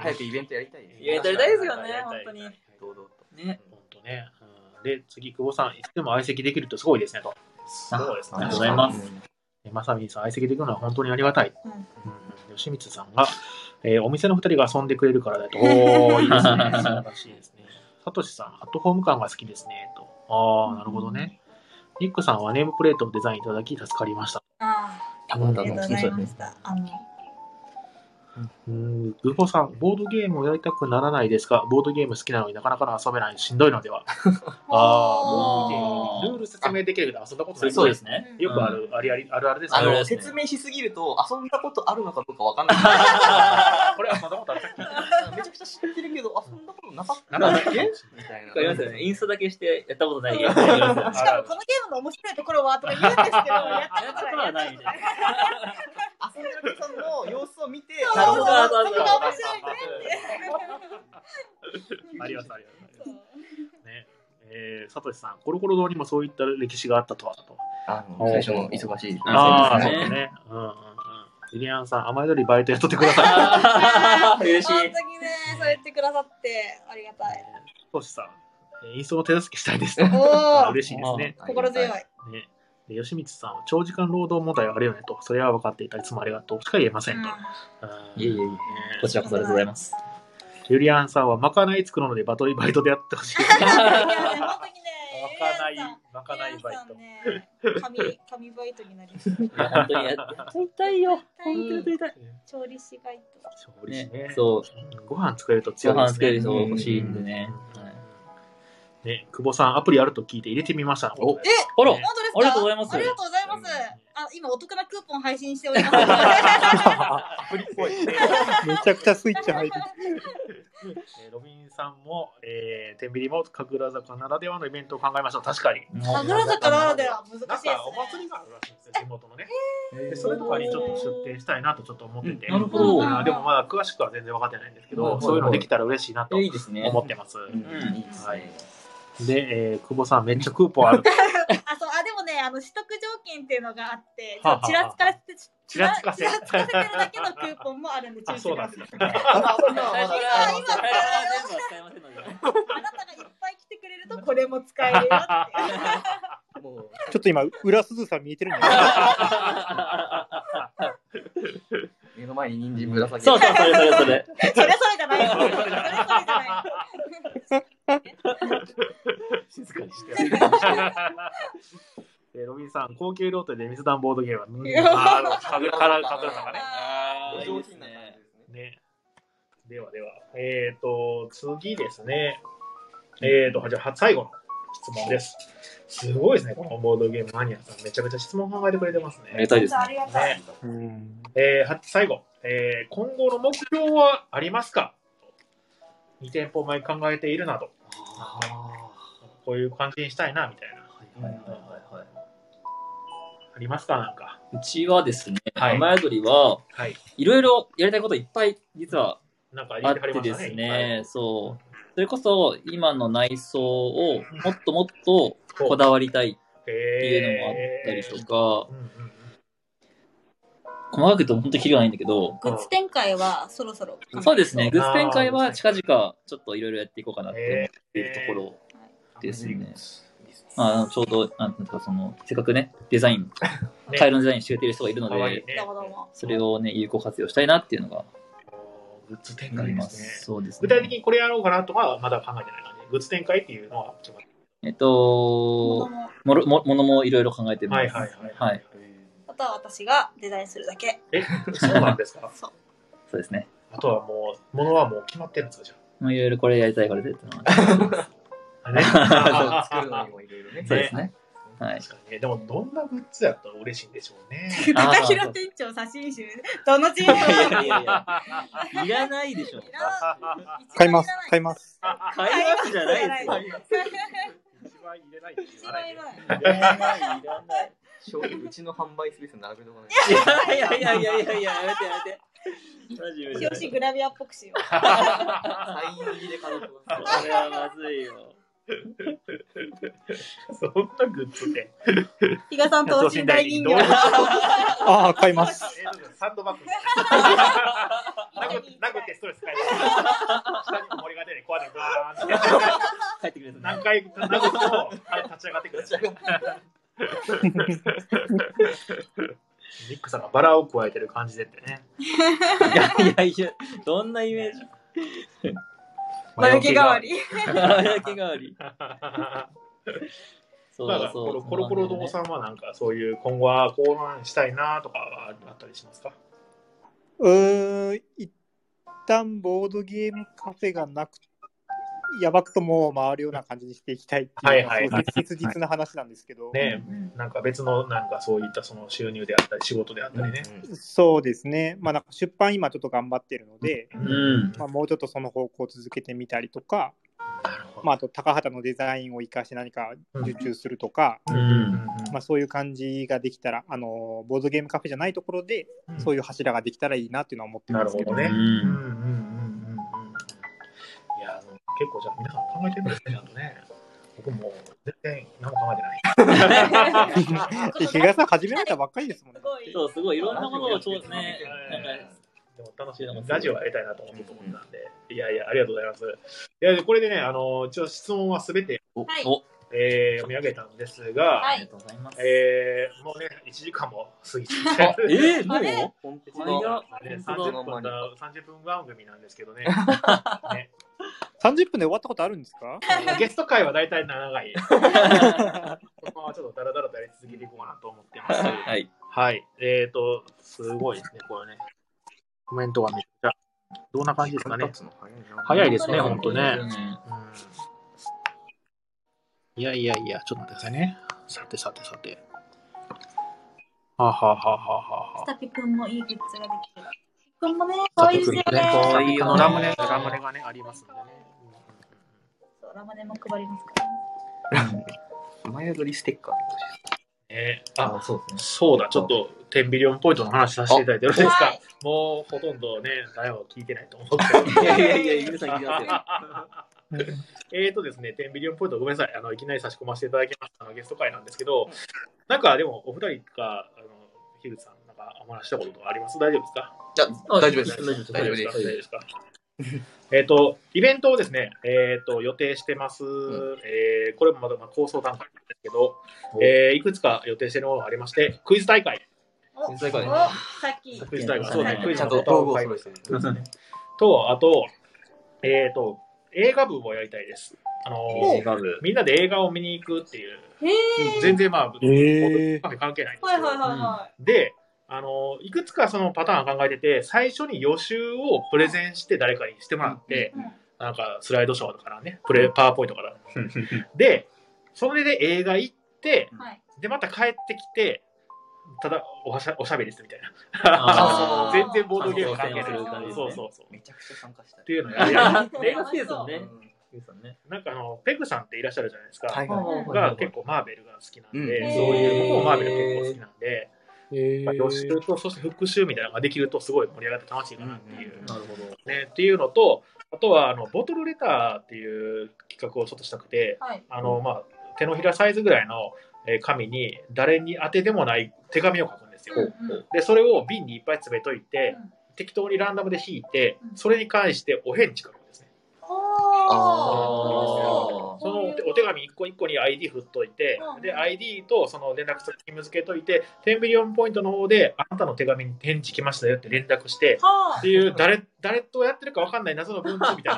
早くイベントやりたいですイベントやりたいですよね、本本当当にに。堂々とね。本当ね。うんで、次、久保さん、いつでも相席できるとすごいですねと。そうですね。ありがとうございます。えまさみんさん、相席できるのは本当にありがたい。うんうん、吉光さんが、えーお店の二人が遊んでくれるから <laughs> だと。おー、いいですね。素晴らしいですね。さとしさん、アットホーム感が好きですね。と。あー、なるほどね。ニックさんはネームプレートのデザインいただき助かりました。あ頼んあ、あだりがのとうございました。あの、うん、ウホさん、ボードゲームをやりたくならないですが、ボードゲーム好きなのになかなか遊べない、しんどいのでは。あー、ボードゲーム。ルール説明できるけど遊んだことない。そうですね。よくある、ありあり、あるあるですあねの、説明しすぎると遊んだことあるのかどうかわかんない。これはそんなことあったっけめちゃくちゃ知ってるけど遊んだことなかったなかったっけみたいな。わかりますよね。インストだけしてやったことないやつ。うんしかもこのゲームの面白いところはとか言うん <laughs> ですけど、やっやったことはないみたいな。遊んでるお客さんの様子を見て、たなるほどなるほどそれが面白いね <laughs> って。ありがとう、ありがとう。ねえー、サトシさん、コロコロ堂にもそういった歴史があったとはと。あの最初の忙しい。あーそうそうだねね。うんうんうん。リリアンさん、甘えどりバイト雇ってください。あー嬉しい本当にね、そう言ってくださってありがたい。サトシさん、えーインストの手助けしたいですと。おお、嬉しいですね。心強い。ねで吉光さんは長時間労働問題あるよねと、それは分かっていたいつもありがとうしか言えませんと。うんいえいえいえねこちらこそありがとうございます。ユリアンさんはまかない作るのでバトリバイトでやってほしい。いやね本当にね、 <laughs> まかないゆりやんさん、まかないバイトゆりやんさんね、紙紙バイトになりそう。本当にやってみたいよ。本当にやってみたい。調理師バイト。そうですね。そう。ご飯作れるとご強いで飯す作れねる。人欲しいんでね。ね、久保さん、アプリあると聞いて入れてみました。おねえ、あらね <laughs> 本当ですかありがとうございますありがとうございますうん。あ、今お得なクーポン配信しております。あめちゃくちゃスイッチ入る。えーロビンさんも、えー、天秤も神楽坂ならではのイベントを考えましょう。確かに。ぐら坂ならでは難しいでなんすねかお。祭りがあるらしいんですよ、地元のね。でそれとかにちょっと出店したいなとちょっと思ってて。うんなるほどうんでもまだ詳しくは全然分かってないんですけはいど、はいはいそういうのできたら嬉しいなといいですね。思ってます。うんいいですねで、えー久保さん、めっちゃクーポンあ <laughs> る。あ、そう、あ、でもね、あの取得条件っていうのがあって、ちはあはあょっとちらつかせて、ちらつかせちらつかせてるだけのクーポンもあるんで、注あ、意しそてうくなだんさでい。すね。最初から最初から全部は使えませんので。あなたがいっぱい来てくれると、これも使えるよっていう。ちょっと今、裏鈴さん見えてるんじゃない目の前に人参ぶら下げそうそう、それそれそそれ。れそれじゃない。それそれじゃ静かに <laughs> して。えーロビンさない。高級料亭で水ンボードゲームは、うん、あの、かぐから、かぐらさがね。あおあ、いい上です品な感ね。じですね。ね。ではでは、えっ、と、次ですね。えっ、と、じゃあ、最後の質問です。すごいですね、このボードゲームマニアさん。めちゃめちゃ質問考えてくれてますね。ありがたいですない。ありがたい。うんえーは最後、えー今後の目標はありますか ?2 店舗前考えているなど、あこういう感じにしたいな、みたいな。ーはいはいはいはい。ありますかなんか。うちはですね、はい雨宿りは、はい。いろいろやりたいこといっぱい実はなんか言あっってはりてまでしたすね。ね、そう。それこそ、今の内装をもっともっとこだわりたいっってていうのもあったりとか、うんうんうん細かく言うと本当にキリがないんだけど、グッズ展開はそろそろ。そうですね、そグうッズ展開は近々ちょっといろいろやっていこうかなって思っているところですね。まあ、ちょうど、なんていうんですか、その、せっかくね、デザイン、ねカイロのデザインしてくれてる人がいるのかわいいで、ねどう。もどうも。それをね、有効活用したいなっていうのがグッズ展あ開りでますね。す。そうですね。具体的にこれやろうかなとかはまだ考えてない感じ。グッズ展開っていうのは決まってえっどうと、ももろもものもいろいろ考えてます。はいはいはいはい。あとは私がデザインするだけ。え、そうなんですか <laughs> そう。そうですね。あとはもう、ものはもう決まってるんですかじゃもういろいろこれやりたい、これでってのはあ。ね、 <laughs> そう作るのにもいろいろね。そうですね。はい。確かにね。でも、どんなグッズやったら嬉しいんでしょうね。あー片平店長写真集。どのチームいやいやいや、いらないで <laughs> しょ。買います、買います。買いますじゃないですよ。一番入れない一番いらない。いらない、いらない。 <laughs> 正直うちの販売スペース並べとかない。いやいやいやいやいや、やめてやめて。マジ無理表紙グラビアっぽくしよう。サイン入りで飾ってます。これはまずいよ。 <laughs> そんなグッ <laughs> ズって。比嘉さん、等身大人形。ああ、買います。えどうぞサンドバッグ。殴って殴ってストレス解消。下に重りが出て壊れてバーンって。 <laughs> 帰ってくれた何回殴ってもあ立ち上がってくる。ニックさんがバラを加えてる感じでってね。いやいやいや、どんなイメージ眉毛代わり。輝き代わり。そだからうコそロう。コロコロ堂さんはなんかそういう今後はこうなんしたいなとかはあったりしますかうーん、一旦ボードゲームカフェがなく、やばくとも回るような感じにしていきたいっていうのはいはいすごい切実な話なんですけど、ねなんか別のなんかそういったその収入であったり仕事であったりね。そうですね、まあ、なんか出版今ちょっと頑張ってるので、うん。まあ、もうちょっとその方向を続けてみたりとか、なるほど。まあ、あと高畑のデザインを生かして何か受注するとか、うんうんまあ、そういう感じができたらあのボードゲームカフェじゃないところでうんそういう柱ができたらいいなっていうのは思ってなまるすほけどどね。ううんうんうんん。うんうんうん。いや、あの結構じゃあ皆さん考えてるんですね、ちゃんとね。僕も全然何も考えてない。 <laughs> で比嘉さん始められたばっかりですもんねす。ごい。そう、すごいいろんなものをちょうね、なんか、でも楽しいなラジオはやりたいなと思ってたもんなんで、いやいや、ありがとうございます。いや、これでね、あの、一応質問はすべて、お、はいお、えー、見上げたんですが、はあいりがとうございます。えー、もうね、1時間も過ぎちゃっあて。えー、あれも本1時当間だ。ね本当だ30分だ30分番組なんですけどねね30分で終わったことあるんですかゲスト会は大体長 <laughs> い。このままちょっとダラダラとやり続けていこうかなと思ってますう。はい。はい。えっ、ー、と、すごいですね、これね。コメントがめっちゃ。どんな感じですかね。早いですね、ほんとね。うんいやいやいや、ちょっと待ってくださいね。さてさてさて。はあ、はあはあはあはあはあス、タピくんもいいグッズができてる。くんもね、可愛いですよね。可愛いよねあのラムネ、ラムネがね、ありますんでね。そうラムネも配りますから。前撮りステッカー。えー、ああ、そうですね。そうだ、ちょっと、テンビリオンポイントの話させていただいてよろしいですはかい。もうほとんどね、誰も聞いてないと思って。いやいやいや、皆さん聞いてますよ。えーとですね、テンビリオンポイント、ごめんなさい、あのいきなり差し込ませていただきましたあのゲスト会なんですけど、なんかでも、お二人か、あの樋口さん、なんかお話ししたこととかあります大丈夫ですかじゃあ、大丈夫です。大大丈丈夫です夫で。大丈夫す。ですか。えっと、イベントをですね、えっと、予定してます。えーこれもまだまあ構想段階なんですけど、えーいくつか予定しているものがありまして、クイズ大会。お、全然可愛いおさっき。クイズ大会。そうね、クイズちゃのんと統合答えを書いすてるですね。と、あと、えっと、映画部をやりたいです。あのー映画部。みんなで映画を見に行くっていう、へえ。全然まあ、えー僕関係ないんですはけいどはいはいはで、あの、いくつかそのパターンを考えてて、最初に予習をプレゼンして誰かにしてもらって、うんうんなんかスライドショーとかね、プレパワーポイントから。で、それで映画行って、い。はい。で、また帰ってきて、ただおはしゃおしゃべりするみたいな。あー全然ボードゲーム関係ないあそうそう。そうそうそう。っめちゃくちゃ参加したいて。いうのやりたいレでゴシーズンね。レゴシーズンねなんかあの、ペグさんっていらっしゃるじゃないですか。はいはいが結構マーベルが好きなんで、うんそういう、僕もマーベル結構好きなんで、えまあ、予習とそして復習みたいなのができるとすごい盛り上がって楽しいかなっていう。なるほど。ね、っていうのとあとはあのボトルレターっていう企画をちょっとしたくてはい。あの、まあ、手のひらサイズぐらいのえー紙に誰に当てでもない手紙を書くんですよ。うんうんでそれを瓶にいっぱい詰めといてうん適当にランダムで引いてうんそれに関してお返事書くんですね。おーそのお手お手紙一個一個に ID 振っといてうんで ID とその連絡先に付けといて10ビリオンポイントの方であなたの手紙に返事来ましたよって連絡してはっていう誰誰とやってるかわかんない謎の文通みた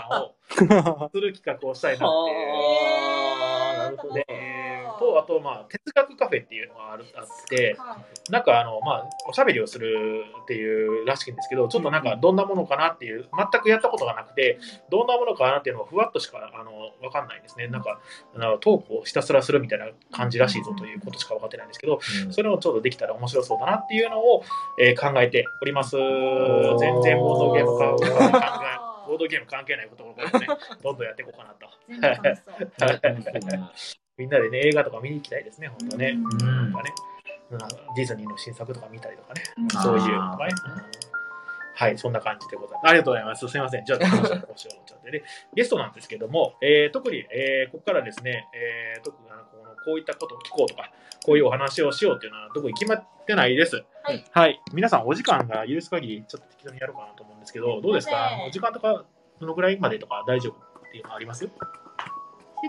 いなの <laughs> をする企画をしたいなっていう。あー、なるほど。でえーとあとまあ哲学カフェっていうのがあるあってあ。はいなんかあのまあおしゃべりをするっていうらしいんですけどちょっとなんかどんなものかなっていう全くやったことがなくてどんなものかなっていうのはふわっとしかあのわかんないんですねなんかあのトークをひたすらするみたいな感じらしいぞということしか分かってないんですけどそれをちょっとできたら面白そうだなっていうのを、えー考えております。全然ボードゲーム関係 <laughs> ないボードゲーム関係ないことをこれね、どんどんやっていこうかなと。全部楽しそう。みんなでね、映画とか見に行きたいですね、本当ね。うん <laughs> なんかね、うんディズニーの新作とか見たりとかね、うんそういうのとかね。はい、そんな感じでございます。ありがとうございます。すみません。じゃあ、話が腰を折っちゃってで、ゲストなんですけども、えー特に、えーここからですね、えー特にあのこのこういったことを聞こうとか、こういうお話をしようっていうのは特に決まってないです。はい。皆さん、お時間が許す限り、ちょっと適当にやろうかなと思うんですけど、どうですかはいお時間とか、どのぐらいまでとか大丈夫っていうのはあります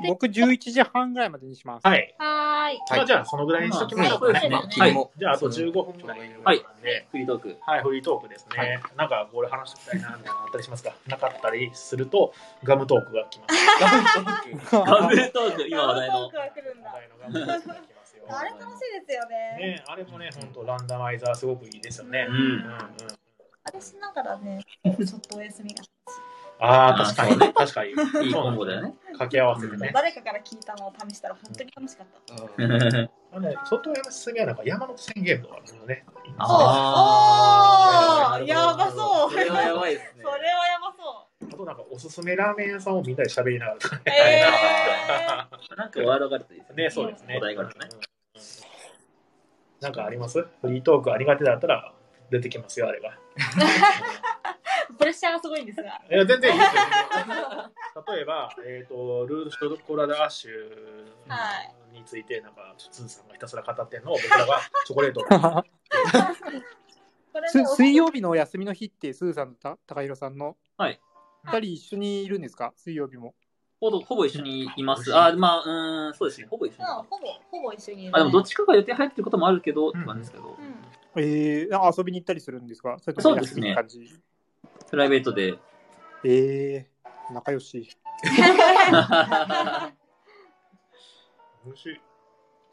僕11時半ぐらいまでにします。はい。はーい。まあじゃあ、そのぐらいにしときましょうかね。まあはいそうで君もじゃあ、あと15分ぐらいはいなんで、フリートーク。はい、フリートークですね。なんか、これ話しておきたいな、みたいなのあったりしますかなかったりすると、ガムトークが来 <laughs> ます。ガブトーク、今話題トーのク。が来るんだ。話題のガムトークが来ますよ。あれ楽しいですよね。ね、あれもね、本当ランダマイザーすごくいいですよね。うんうん私ながら <laughs> ね、ちょっとお休みが。ああ、確かに、ね、確かに。いいそうコなンんボだだよよね。ね。掛け合わせてね。誰かから聞いたのを試したら本当に楽しかった。あのね、外山進みはなんか山の宣言とかですよね。あーーやばそう。それはやばいですねそ。れはやばそあとなんかおすすめラーメン屋さんをみんなで喋りながらとかね。う。えなんかワードがあるといいですね。ね、そうですね。お題があるとね。なんかありますフリートークありがてだったら出てきますよ、あれが。ー、プレッシャーがすごいんですが。いや、全然いい <laughs> ですよ例えば、えっ、と、ルール・ショドコラ・ダーシュについて、なんか、つーさんがひたすら語ってんのを僕らがチョコレートを。これすね、水曜日のお休みの日って、すずさんとた高弘さんのはい2人一緒にいるんですか、水曜日も。ほぼ、ほぼ一緒にいます。あー、まあ、うーん、そうですね。ほぼ一緒にいうんます。ほぼ、ほぼ一緒にいるね。あ、でもどっちかが予定入ってることもあるけど、って感じですけどう、ん <laughs> えー、なんか遊びに行ったりするんですかそれともお休みって感じ、プライベートで。えー、仲良し。美味しい。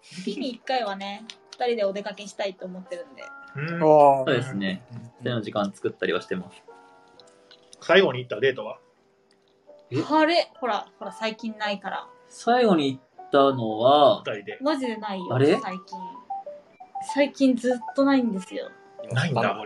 月に一回はね、二人でお出かけしたいと思ってるんで。うんあそうですね。手の時間作ったりはしてます。最後に行ったデートはえあれほら、ほら、最近ないから。最後に行ったのは、二人で。マジでないよ、あれ最近。最近ずっとないんですよ。ないんだ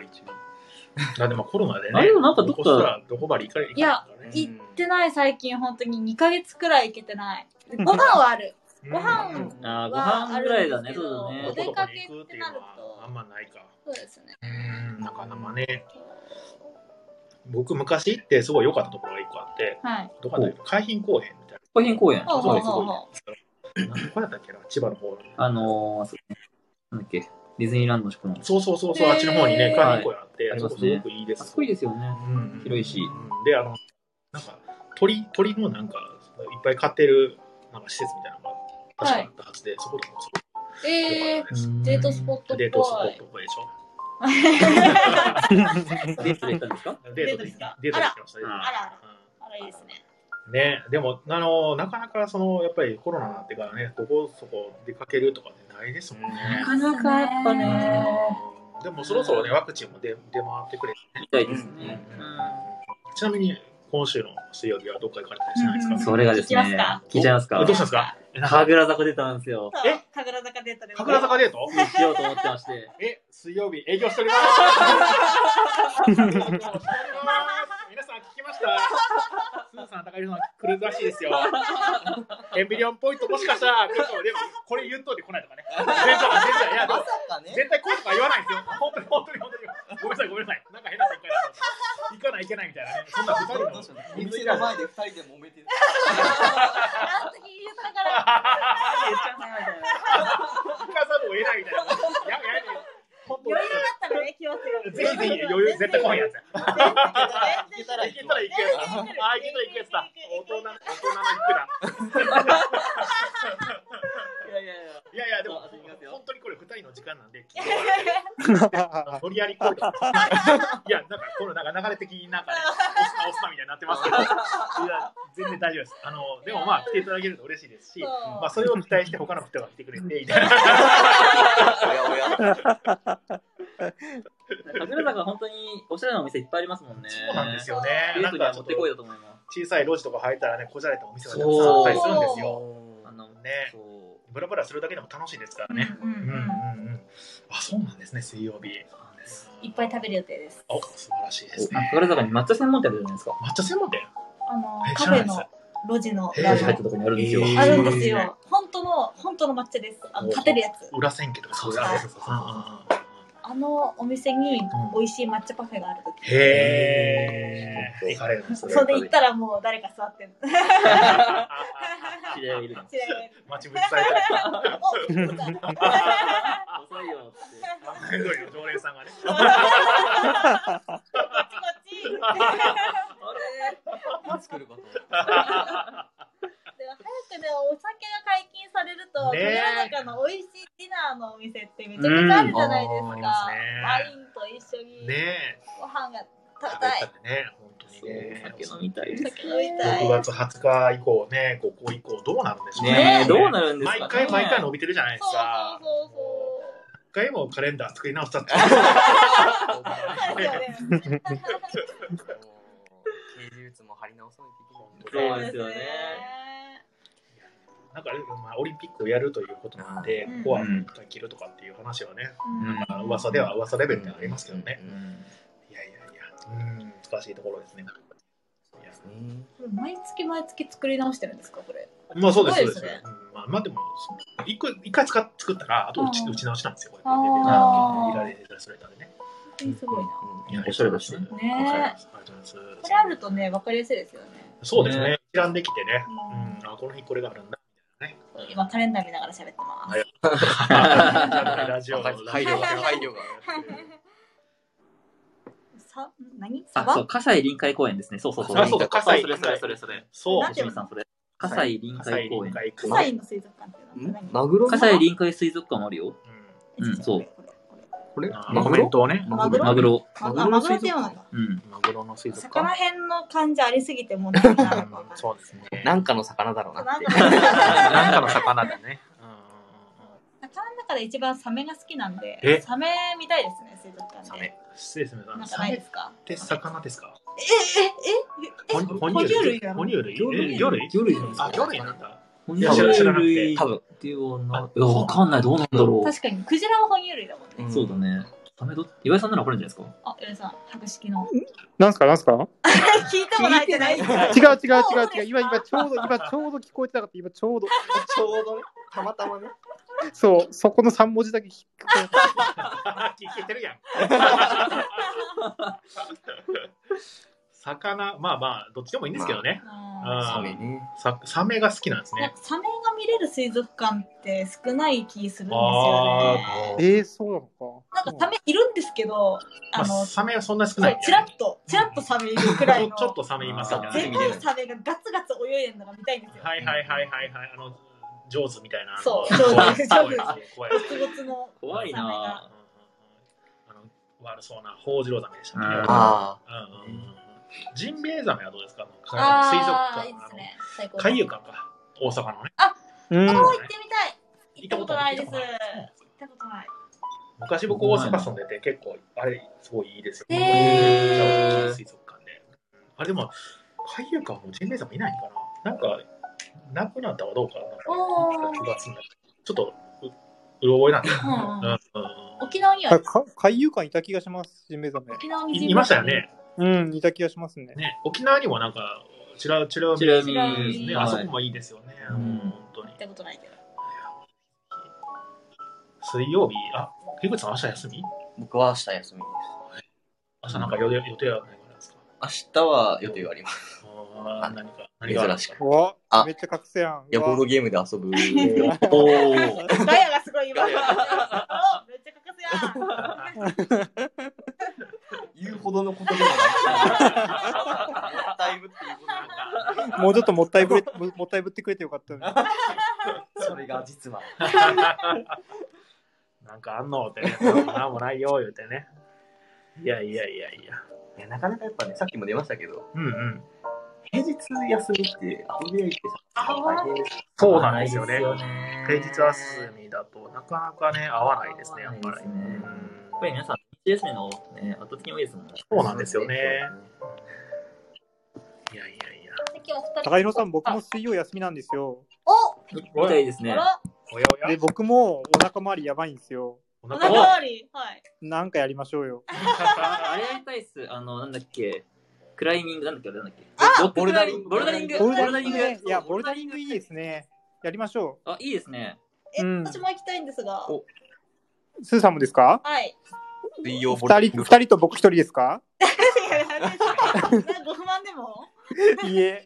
あでもコロナでね。あでもなんかどっこかしたらどこまで行かれ行かれたんだね行ってない最近、本当に2ヶ月くらい行けてない。ご飯はある。ご飯うんあーごは飯ぐらいだね、あるんですけそどうだどね。こどこに行くっていうのはあんまないか。そうですね。うん、なかなかね。僕昔行ってすごい良かったところが一個あって、はい。どこだっけ海浜公園みたいな。コーヒー公園。ほうそほううですほうほどこだったっけな千葉の方あのー、そうですねなんだっけ、ディズニーランドの宿の。そうそうそうそう、あっちの方にね、へー海浜公園あって、はいそこすごくいいです。あそこいいですよね。うん広いしうんで、あの、なんか、鳥、鳥のなんか、いっぱい飼ってる、なんか施設みたいなのが、確かあったはずで、そこでもすごくう。え良ーかったです。デートスポットっぽい。デートスポットっぽいでしょ。デートで行ったんですかデートでデートですかデートで行きましたね。ああらあら。うんあら、いいですね。ね、でもあのなかなかそのやっぱりコロナになってからねどこそこ出かけるとかねないですもんね。なかなかやっぱね、うんでもそろそろねワクチンも出出回ってくれて、行きたいですね。ちなみに今週の水曜日はどっか行かれたりしないですか、うんそれがですね聞きます、聞いちゃいますおどかうしたんですかえなんか神楽坂出たんですよ。そう神楽坂デートで。神楽坂デートにしようと思ってまして。え水曜日営業しており <laughs> ます営業しております皆さん聞きましたスーさん高井さん来るらしいですよエンビリオンポイントもしかしたら来るかもでもこれ言うとおり来ないとかね全然全然いやでもかね絶対こうとか言わないんですよ。本当に本当に本当に。ごめんなさいごめんなさい。なんか変な展開だった。行かない行けないみたいなね。そんな二人の。水着の前で二人で揉めてる。あの時言ったから。 <laughs> 行かざるを得ないみたいな。やめやめ。本当余裕だったらね、気をつけぜひぜひ余裕絶対来いやつ。全然全然行けたら行ける。あ行けたら行くやつだ。大人の大人の行くだ。いやいやいや。いやいやでもあすいません本当にこれ二人の時間なんで。無理やりこうです。いや、なんか、このなんか流れ的になんかね、押すな押すなみたいになってますけど、いや、全然大丈夫です。あの、でもまあ、来ていただけると嬉しいですし、そうまあ、それを期待して他の人が来てくれて、みたいおな。やおや。神楽坂本当におしゃれなお店いっぱいありますもんね。そうなんですよね。デなんートにはかち持ょっってとこいだと思いま小さい路地とか入ったらね、こじゃれたお店がたくさんあったりするんですよ。す。あの、そブラブラするだけでも楽しいですからね。ううんうんうんんうん。あ、そうなんですね、水曜日。う。そうなんです。いっぱい食べる予定です。お、素晴らしいですあね。神楽坂に抹茶専門店あるじゃないですか。抹茶専門店あのえ知カらないフェですの路地のえ路ー地入ったとこにあるんですよ。えーあるんですよ。本当の本当の抹茶です。あの立てるやつ。裏千家とかそうそうそうそう。うんうんうんあのお店に美味しい抹茶パフェがあるとき、へえ。行かれるんですね。それで行ったらもう誰か座ってる。知り合いいるの <laughs> 知らない待ちぶりされたり。おみ <laughs> たいな遅いよって。すごいよ常連さんがね。こっちこっち。で早作ること。くねお酒が解禁されると、ね世の中の美味しいディナーのお店ってめちゃくちゃあるじゃないですうんか。あワりインと一緒にねえ。ご飯が食食べたべいたい。ね、本当にね。酒飲みたいです。酒飲みたい6。月20日以降ね、ここ以降どうなるんでしょうねねえ、どうなるんですかね。毎回毎回伸びてるじゃないですそうか。そうそう一回もカレンダー作り直したって。そう。そうですよね。経流も張り直さないといけない。そうですよね。なんかあれだけど、まあ、オリンピックをやるということなんで、うんここは一回切るとかっていう話はね、うんまあ噂では噂レベルではありますけどね。うんいやいやいや、うん、難しいところですね。いやこれ毎月毎月作り直してるんですかこれ。まあそうです、すそうごで。いですすねうんまあ、まあでも、一個一回使っ作ったら、あと打ちうん打ち直しなんですよ、これ。あーいられたらそれたらね。本当にすごいな。いやおしゃれだしあねりがとうございます。ありがとうございますこれあるとね分かりやすいですよね。そうですね。一覧できてね。ううん、あ、この日これがあるん <laughs> だ。今カレンダー見ながら喋ってます。ラジオ <laughs> の配慮が配慮が。さ何サあ、バそう、葛西臨海公園ですね。そうそうそう。あそうだ葛西それそれそれそれ。そうな。んて吉 <laughs> いうの見さん、それ。葛西臨海公園。海サイの水族館っていうのは何マグロ葛西臨海水族館もあるよ。うんそう。これコメントをね。マグロマグロ。あマグロっていうのか。うん。マグロの水族魚館。辺の感じありすぎてもう何なのか分かんない。そうですね。なんかの魚だろうな。なんか魚なんかの魚だね。の中で一番サメが好きなんえで、サメ見たいですね、水族館サでメ。失礼しまなんした。サかないメでっすかて魚ですかええええ哺乳類だ哺ろ乳類魚類魚類なんですあ、か魚類なんだ。哺いや知ら知らなくて類多分。っていうあな。いや、わかんない。どうなんだろ確かに、クジラは哺乳類だもんね。う。そうだね。ダメど、岩井さんならわかるんじゃないですかあ、よりさん、博識の。なんすかなんすか聞いてもないじゃないですか。違う違う違そううです違かう。今、今ちょうど、今ちょうど聞こえてなかった。今ちょうど。ちょうどね。たまたまね。そう、そこの3文字だけ聞 <laughs> く。聞いてるやん。魚、まあまあ、どっちでもいいんですけどね。うんサメね。さサメが好きなんですなんねか。サメが見れる水族館って少ない気するんですよね。あえー、そうなのなんか。かサメいるんですけど、あ、まああ、の、サメはそんな少そなうい、ちらっと、ちらっとサメいるくらいの。ちょっとサメいますよね。あーはいでかいサメがガツガツ泳いでるのが見たいんですよ。はいはいはいはい。あの、上手みたいな。そう怖い上手怖いですね怖いゴですツねゴツの。怖いなうんうんうんあの、悪そうなホウジロザメでしたね。うんあうんうんうんうんジンベエザメはどうですか水族ああ、館いいですね。最あ高。の海遊館か。大阪のね。うん。あーうん行ってみたい。行ったことないです。行行っったたことない。昔僕大阪住んでて結構あれすごいいいですよ。へーめっちゃ大きい水族館で。あれでも海遊館もジンベエザメいないんかな。なんかなくなったはどうかな。なんおかー気がすんだけどちょっとううろ覚えなんだよ。うんううんんうんうん沖縄にはあか海遊館いた気がします、ジンベエザメ。沖縄にいいましたよ。ね。うん、いた気がしますね。ね沖縄にもなんかチラチラチラ見見ですね。あそこはもいいですよね。うん本当に行っ。たことないけど。水曜日、あ、樋口さん明日休みあ。僕は明日休みです。明日なんか予定予定はないからですか明日は予定があります。あー何か何があるんですかうわあめっちゃ覚醒やん。いや、うわボードゲームで遊ぶ。おー。 <laughs> ガヤがすごい今。おめガっちゃヤかかすやん。言うほどのことではない。だいぶっていうことなのかもうちょっともったいぶれ <laughs> ももったいぶってくれてよかったのに。それが実は。なんかあんのってね、 <laughs> なんもないよ、言うてね。いやいやいやいや。いやなかなかやっぱね、さっきも出ましたけど、うんうん。平日休みって遊び合いってさ、大変です。そうなんですよね。そうです平日休みだとなかなかね、合わないですね、やっぱり。合わないですねうんやっぱり皆さん、日休みの、ね、後付きもいいですもんね。そうなんですよね。いやいやいや。高弘さん、僕も水曜休みなんですよ。お、みたいですねあ。ら、おやおで、や。僕もお腹周りやばいんですよ。おお腹腹は周り。はい。なんかやりましょうよ。ああれやりたいっす。あの、なんだっけ。クライミング、なんだっけ、あれなんだっけ。あボルダリングボルダリング。ボルダリングね。いや、そうボルダリングいいですね。やりましょあ、いいですね。え、うん私も行きたいんですが。おう。スーさんもですかはい。水曜ボ二リン人、グ二人と僕一人ですかご不満でもいいえ、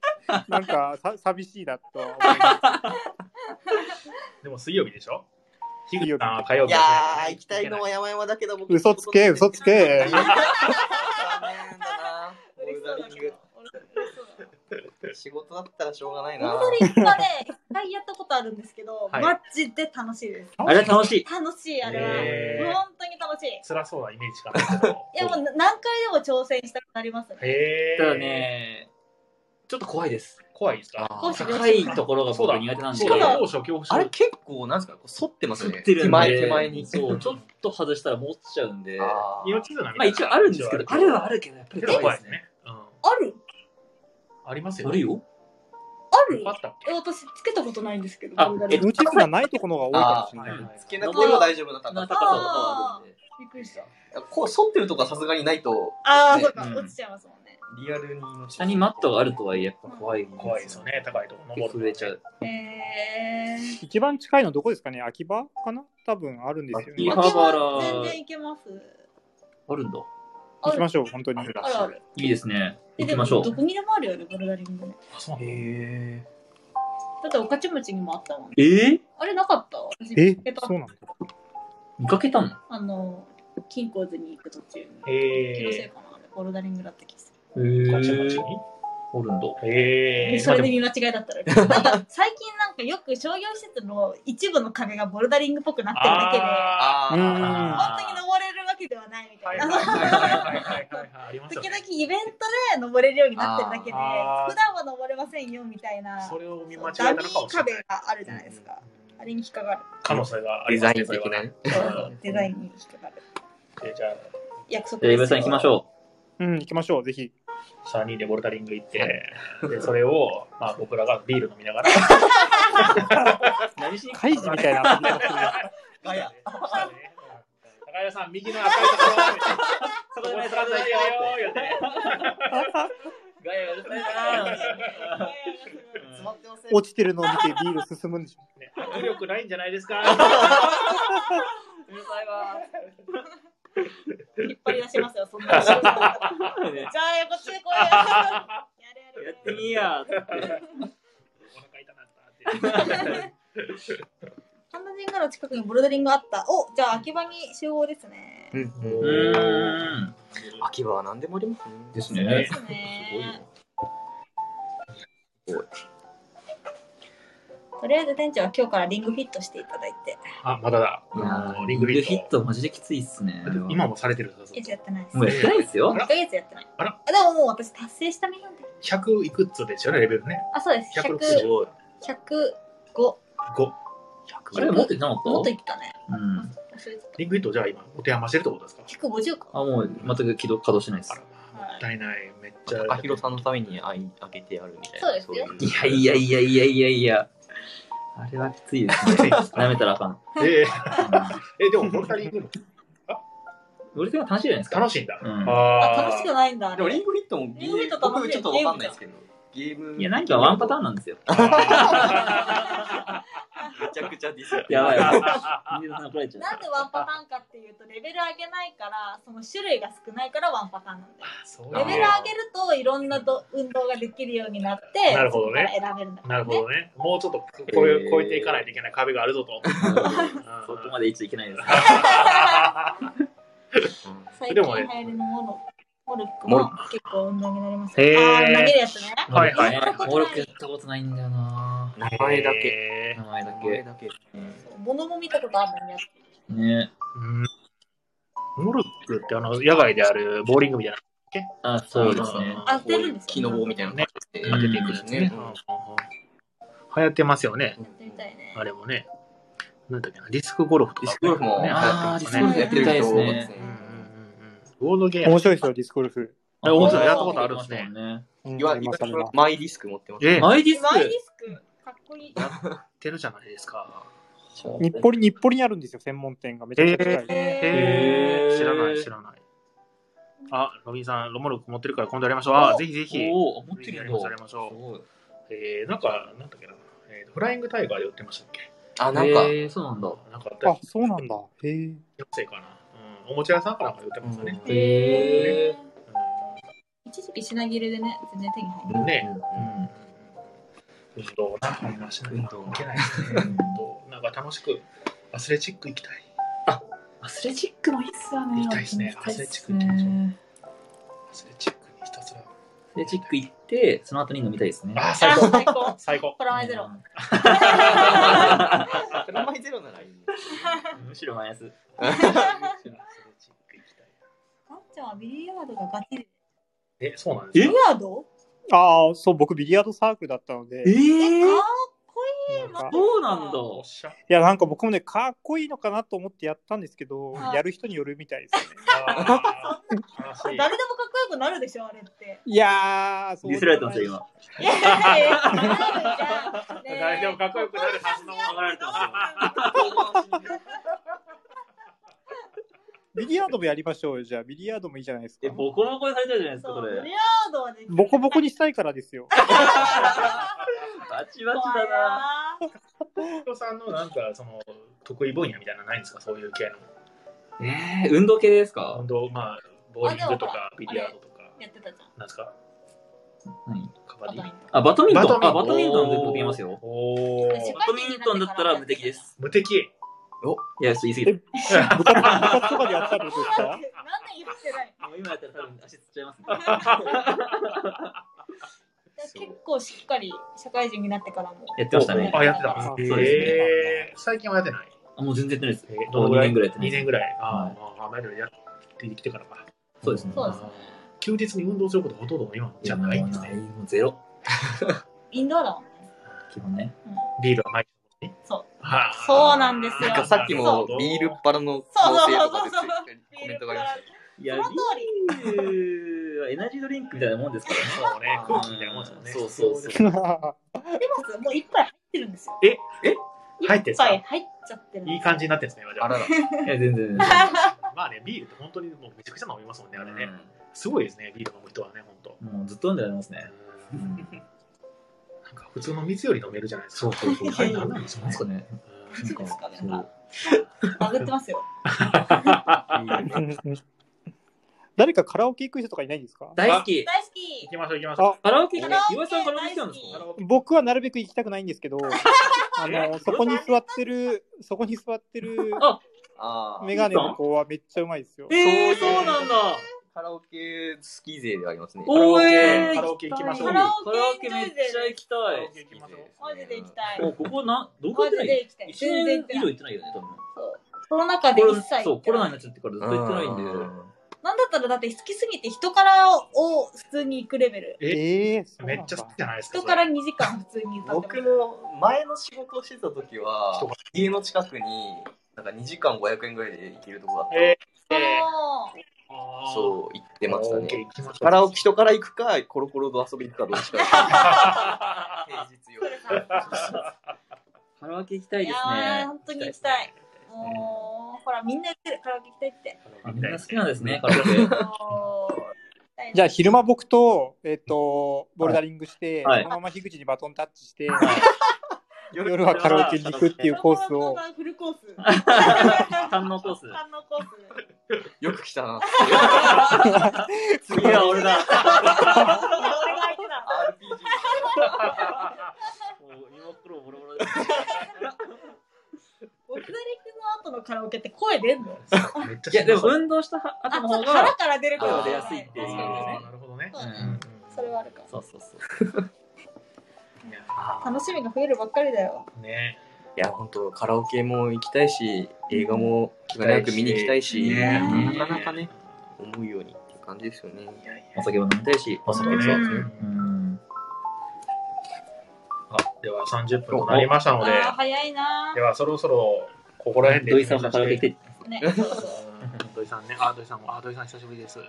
なんかさ <laughs> 寂しいなとは思います。でも水曜日でしょ日水曜日あー火曜い日やだねー、行きたいのは山々だけど、僕嘘つけ、嘘つけ。残念だな。ボルダリング。仕事だったらしょうがないな。ボルダリングはね、一回やったことあるんですけど、はいマジで楽しいです。あれは楽しい。楽しい、あれは。へー本当に楽しい。い辛そうなイメージし <laughs> かないけど。や、もう何回でも挑戦したくなりますね。へーただね、ちょっと怖いです。怖いですかあ少し高いところが僕苦手なんで。そしうかだ、も高所恐怖症。あれ結構、なんですか、反ってますよ吸ね。ってるんで手前、手前に。そう、ちょっと外したらもう落ちちゃうんで。まあー命綱みたいなあ一応あるんですけど、あるはあるるけど、やっぱけりど。けど怖怖いいですですね。ね。うん。あるありますよ。あるよ。あるあったっけえ、私、つけたことないんですけど、あボルダリング無知がないところが多いかもしれはないはいい。はいつけなくても大丈夫なあ高さ。の高さとかはあるんで。びっくりした。こう、反ってるとこはさすがにないと、ああ、そうかう、ん落ちちゃいますもんね。リアルに命。下にマットがあるとはいえ、やっぱ怖い。怖いですよ。ね、高いとこ登る。震えちゃう。えー。一番近いのどこですかね秋葉かな多分あるんですよ秋ね葉。原全然いけます。あるんだ。行きましょう、本当に。あるある。いいですね。え行できもましょどう。こにでもあるよね、ボルダリングね。あそうなんだへだって、おかちむちにもあったもん。えーあれなかった私え見つけ、たそうなんだ。見かけたのあの、金庫図に行く途中に。気のせいへかな、あれボルダリングだった気がすえー。ーこっちこっちにあるんだ。へる。ー。それでま見間違いだったら。なんか最近なんかよく商業施設の一部の壁がボルダリングっぽくなってるだけで、ああうーんー本当に登れるわけではないみーはたいいはいな。はいはいはいはい。ありますよ時ね々。イベントで登れるようになってるだけで、普あー段は登れませんよみたいな、それを見間違えたダのミかーもしれ壁ない。があるじゃないですか。あれに引っかかる。可能性があデりザますイね、ン的なね。そうそうデザインに引っかかる。それはえーじゃあ、約束じゃあ、岩井さん行きましょう。ょうん、行きましょう、ぜひ。 3人でボルダリング行って、でそれを、まあ、僕らがビール飲みながら、う。何しに開示みたいな遊び方するよ。高山さん、右の赤いところ、そこで取らないよーってガヤうるさいな詰まってません。 <laughs> 落ちてるのを見てビール進むんでしょ。ね握力ないんじゃないですか。うるさいわ。引っ張り出しますよ、そん <laughs> なの。じゃあ、こっちで来い <laughs> よ。やれややってれ。みやお腹痛なったって。神田神宮の近くにボルダリングあった。お、じゃあ秋葉に集合ですね。う。うんーん。秋葉は何でもありますね。ですね。ですね。すごいとりあえず店長は今日からリングフィットしていただいて。あ、まだだ。いやーリングリリングヒッットマジできついっすねト。。今もされてるんですいつやってないです。もうやってないっすよ2。ヶ月やってない。あらでももう私達成したみなんで。 100いくつですよね、レベルね。あ、そうです。100、 165。 105。あれ持ってなかったもっといったね。うん。忘れてたリングリットじゃあ今、お手余してるってことですか150か。あ、もう全く起動稼働してないっすあ。ら、まあもったいない。めっちゃ。高弘さんのためにあいあげてあるみたいな。そうですよいいやいやいやいやいやいや。あれはきついです <laughs> ね。舐めたらあかん。ええうえ、でも、ボルダリングのん俺でも楽しいじゃないですか。楽しいんだ。うんあ、あ楽しくないんだ。あでれもリングフィットもリングフィット楽し僕ちいょっとわかんないですけど。ゲーム。いや、何かワンパターンなんですよ。めちゃくちゃディスってやばい。ー水田さん <laughs> 怒られちゃうなんでワンパターンかっていうとレベル上げないからその種類が少ないからワンパターンなんだよそうあレーベル上げるといろんなど運動ができるようになってなるほどねそこから選べるんだなるほどね。もうちょっとここういう越えていかないといけない壁があるぞと。そこまで。でいついけないです。最で近もね流行りのモルモルックモルも結構運動になりますへーああー投げるやつねはいはい登録やったことないんだよな。名前だけ。け名。前だ名前け。だけ。物も見たことあるのにやつね。うんモルックってあの野外であるボーリングみたいなあ、そうですね。あ出るんです木の棒みたいなのね出のが出てくるんですね。流行ってますよね。やってみたいねあれもね。なんだっけな、ディスクゴルフとか。ディスクゴルフも流行あってーディまスすね。コールやってみたいですやってねる。うんうんうんうんボードゲーム面。白いですよ、ディスクゴルフ。あ面白いやったことあるんですね。うん、いわあゆりましたね。るマイディスク持ってます。ええマイディスマイディクスクかっこいいてるじゃないですか。日暮里、日暮里にあるんですよ、専門店が。めちゃくちゃ近い。へへーー知らない、知らない。あ、ロビンさん、ロモルック持ってるから今度やりましょう。あ、おぜひぜひ。おお、持っぜてひやるりよましょう、やりましょう。ごい。えー、なんか、なんだっけな、えーとフライングタイガーで売ってましたっけあ、ななんんかか、、そうなんだ。なんかあったあや、そうなんだ。へえ。つのせいかな。うんおもちゃ屋さんかなんかで売ってますよね。へえ。一時期品切れでね、全然手に入らない。ね。うん。運動な、話な運動いけないですね。運動なんか楽しくアスレチック行きたい。アスレチックもいいっすよね。行きたいっすね行きたアいっスレチック行きましょアスレチックにひたすら。で、チェック行って、その後に飲みたいですね。ああ、最あ高。最高。最高。プラマイゼロ。プラマイゼロならいい。むしろマイナス。ガッチャはビリヤードがガチで。え、そうなんビですリかヤードああ、そう、僕、ビリヤードサークルだったので、えかっえこいいなんかそうなんだ。おっしゃ。いや、なんか僕もね、かっこいいのかなと思ってやったんですけどは、いやる人によるみたいですね。あー悲誰でもしかっこよくなるでしょ、あれって。いやー、そうディスでもらなれいてますよ、い今。やいやいやなるじゃい。んねえ誰でもかっこよくなるはずのものがあると。ビリヤードもやりましょうよ、じゃあ、ビリヤードもいいじゃないですかえ、。ボコボコにされたじゃないですか、そそうビリれ。ヤードはね、ボコボコにしたいからですよ。バチバ怖チいだな。な。伊藤さんのなんかその得意分野みたいなのないんですかそういう系えー、運動系ですのか運動まあボーリングとかビリヤードとかやってたじゃん。なんですか何カバディあ、バドミントン。あ、ババドドミミンントントンで僕いますよ。おお私バドミントンだったら無敵です。無敵おいや、ちょっと言い過ぎた。部活部活とかでやってたってことですなんかで言ってない。もう今やったら多分足つっちゃいますね。結構しっかり社会人になってからも。やってましたね。あやってたそうですねえー最近はやってないあもう全然やってないです。えーもう2年ぐらいやってない2です年ぐらいあーまあまあまあやってきてからかそうですね。そうですあー休日に運動することほとんど今じゃないんですねもうゼロ。インドアだもんね。基本ね。ビールは毎日そうはあそうなんですよなんかさっきなるもほどビールっ腹のそう構そう成そとうそかうでそう。ついコメントがありました。いそやの通り。ビールはエナジードリンクみたいなもんですからね。そうね空気みたいなもんですもんねそうそうそう。出ますもう一杯入ってるんですよ。ええ入ってん一すか杯入っちゃってるんですいい感じになってんですね今じゃあらら。いや、全然全然。まあね、ビールって本当にもうめちゃくちゃ飲みますもんね、あれね。うすごいですね、ビール飲む人はね、本当。んもうずっと飲んでられますね。なんか普通の水より飲めるじゃないですか。そうそうそう。あれ何なんでしょうなんねすかね。そうですかねなんかバグってますよ。そう誰かカラオケ行く人とかいないんですか大好き。大好行き。きましょう、行きましょう。あカラオケ行きカラオケ岩井さんカラオケ来たんです大か好僕はなるべく行きたくないんですけど、あのそこに座ってる、そこに座ってるああ。メガネの子はめっちゃうまいですよ。えー、そういうそうなんだ。カラオケ好き勢でありますね。おえー、カラカラオケ行きましょう。カカララオオケケめっめっちちゃゃ行行ききたオいケ。行きましょう。マジで行きたもうい。ここな、どこマ行っジてないで行きたい。一全然行年って以な上行い。ってないよね、多分。その中で一切そう、コロナになっっちゃってからずっと行ってないんで。なんだったらだって好きすぎて人からを普通に行くレベル。えー、そうめなんっちだゃ好きじゃないですか。人からそれ2時間普通に歌って僕も前の仕事をしてた時は人が家の近くになんか2時間500円ぐらいで行けるとこだった、えらー、そう行ってましたカラオケね行きましょうカラオケ人から行くかコロコロと遊びに行くかどっちか平日よカラオケ行きたいいでやすーね。本当に行きたい。もうほらみんな言ってるカラオケ行きたいって。あみんな好きなんですね、カカララオケ。もう <laughs> じゃあ昼間僕と、えっ、と、ボルダリングして、はいそのまま樋口にバトンタッチして、夜夜はカラオケに行くっていうコースコロをコロ、フルコース。反応コース。反応コース。 <laughs> よく来た <laughs> な次は俺俺だ。が相手だ RPG もう、今黒ボロボロです。お疲れの後のカラオケって声出んの？めっちゃいや、で <laughs> もそう運動したは後あ、のそ方う腹が、から出る声声がが出やすいっていうあねー。なるほどね。そうねうんうんそれはあるか。そうそうそう。いや楽しみが増えるばっかりだよ。ねいや本当カラオケも行きたいし映画も気がなく見に行きたいし、ねなかなかね思うようにっていう感じですよねお酒も飲みたいし、お酒ねもそうですね。うんうん。あでは30分となりましたあので、ー早いな <laughs> ではそろそろここら辺で。土井さんもカラオケ行きたいって。ー。 <laughs> ね。そうそううん土井さんね、あ、土井さんも、あ、土井さん久しぶりです。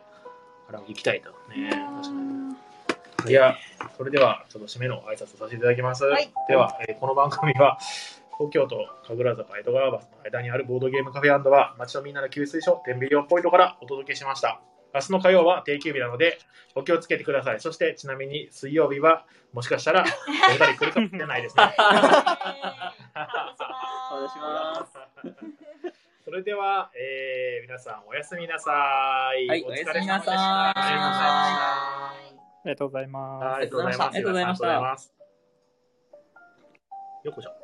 カラオケ行きたいと。ね、確かに。いや、それでは、ちょっと締めの挨拶をさせていただきます。はいでは、えーこの番組は、東京都神楽坂江戸川橋の間にあるボードゲームカフェバー、町のみんなの給水所、天秤用ポイントからお届けしました。明日の火曜は定休日なので、お気をつけてください。そして、ちなみに水曜日は、もしかしたら、お二人来るかもしれないですね。イエーイお願いしますお願いします。それれでは、えー、皆さんおやすみなさい。はい、おやすみなさありがとうございい。ました。ありがとうございます。ありがとうございます。ありがとうございましたありがとうございますよっこいしょ。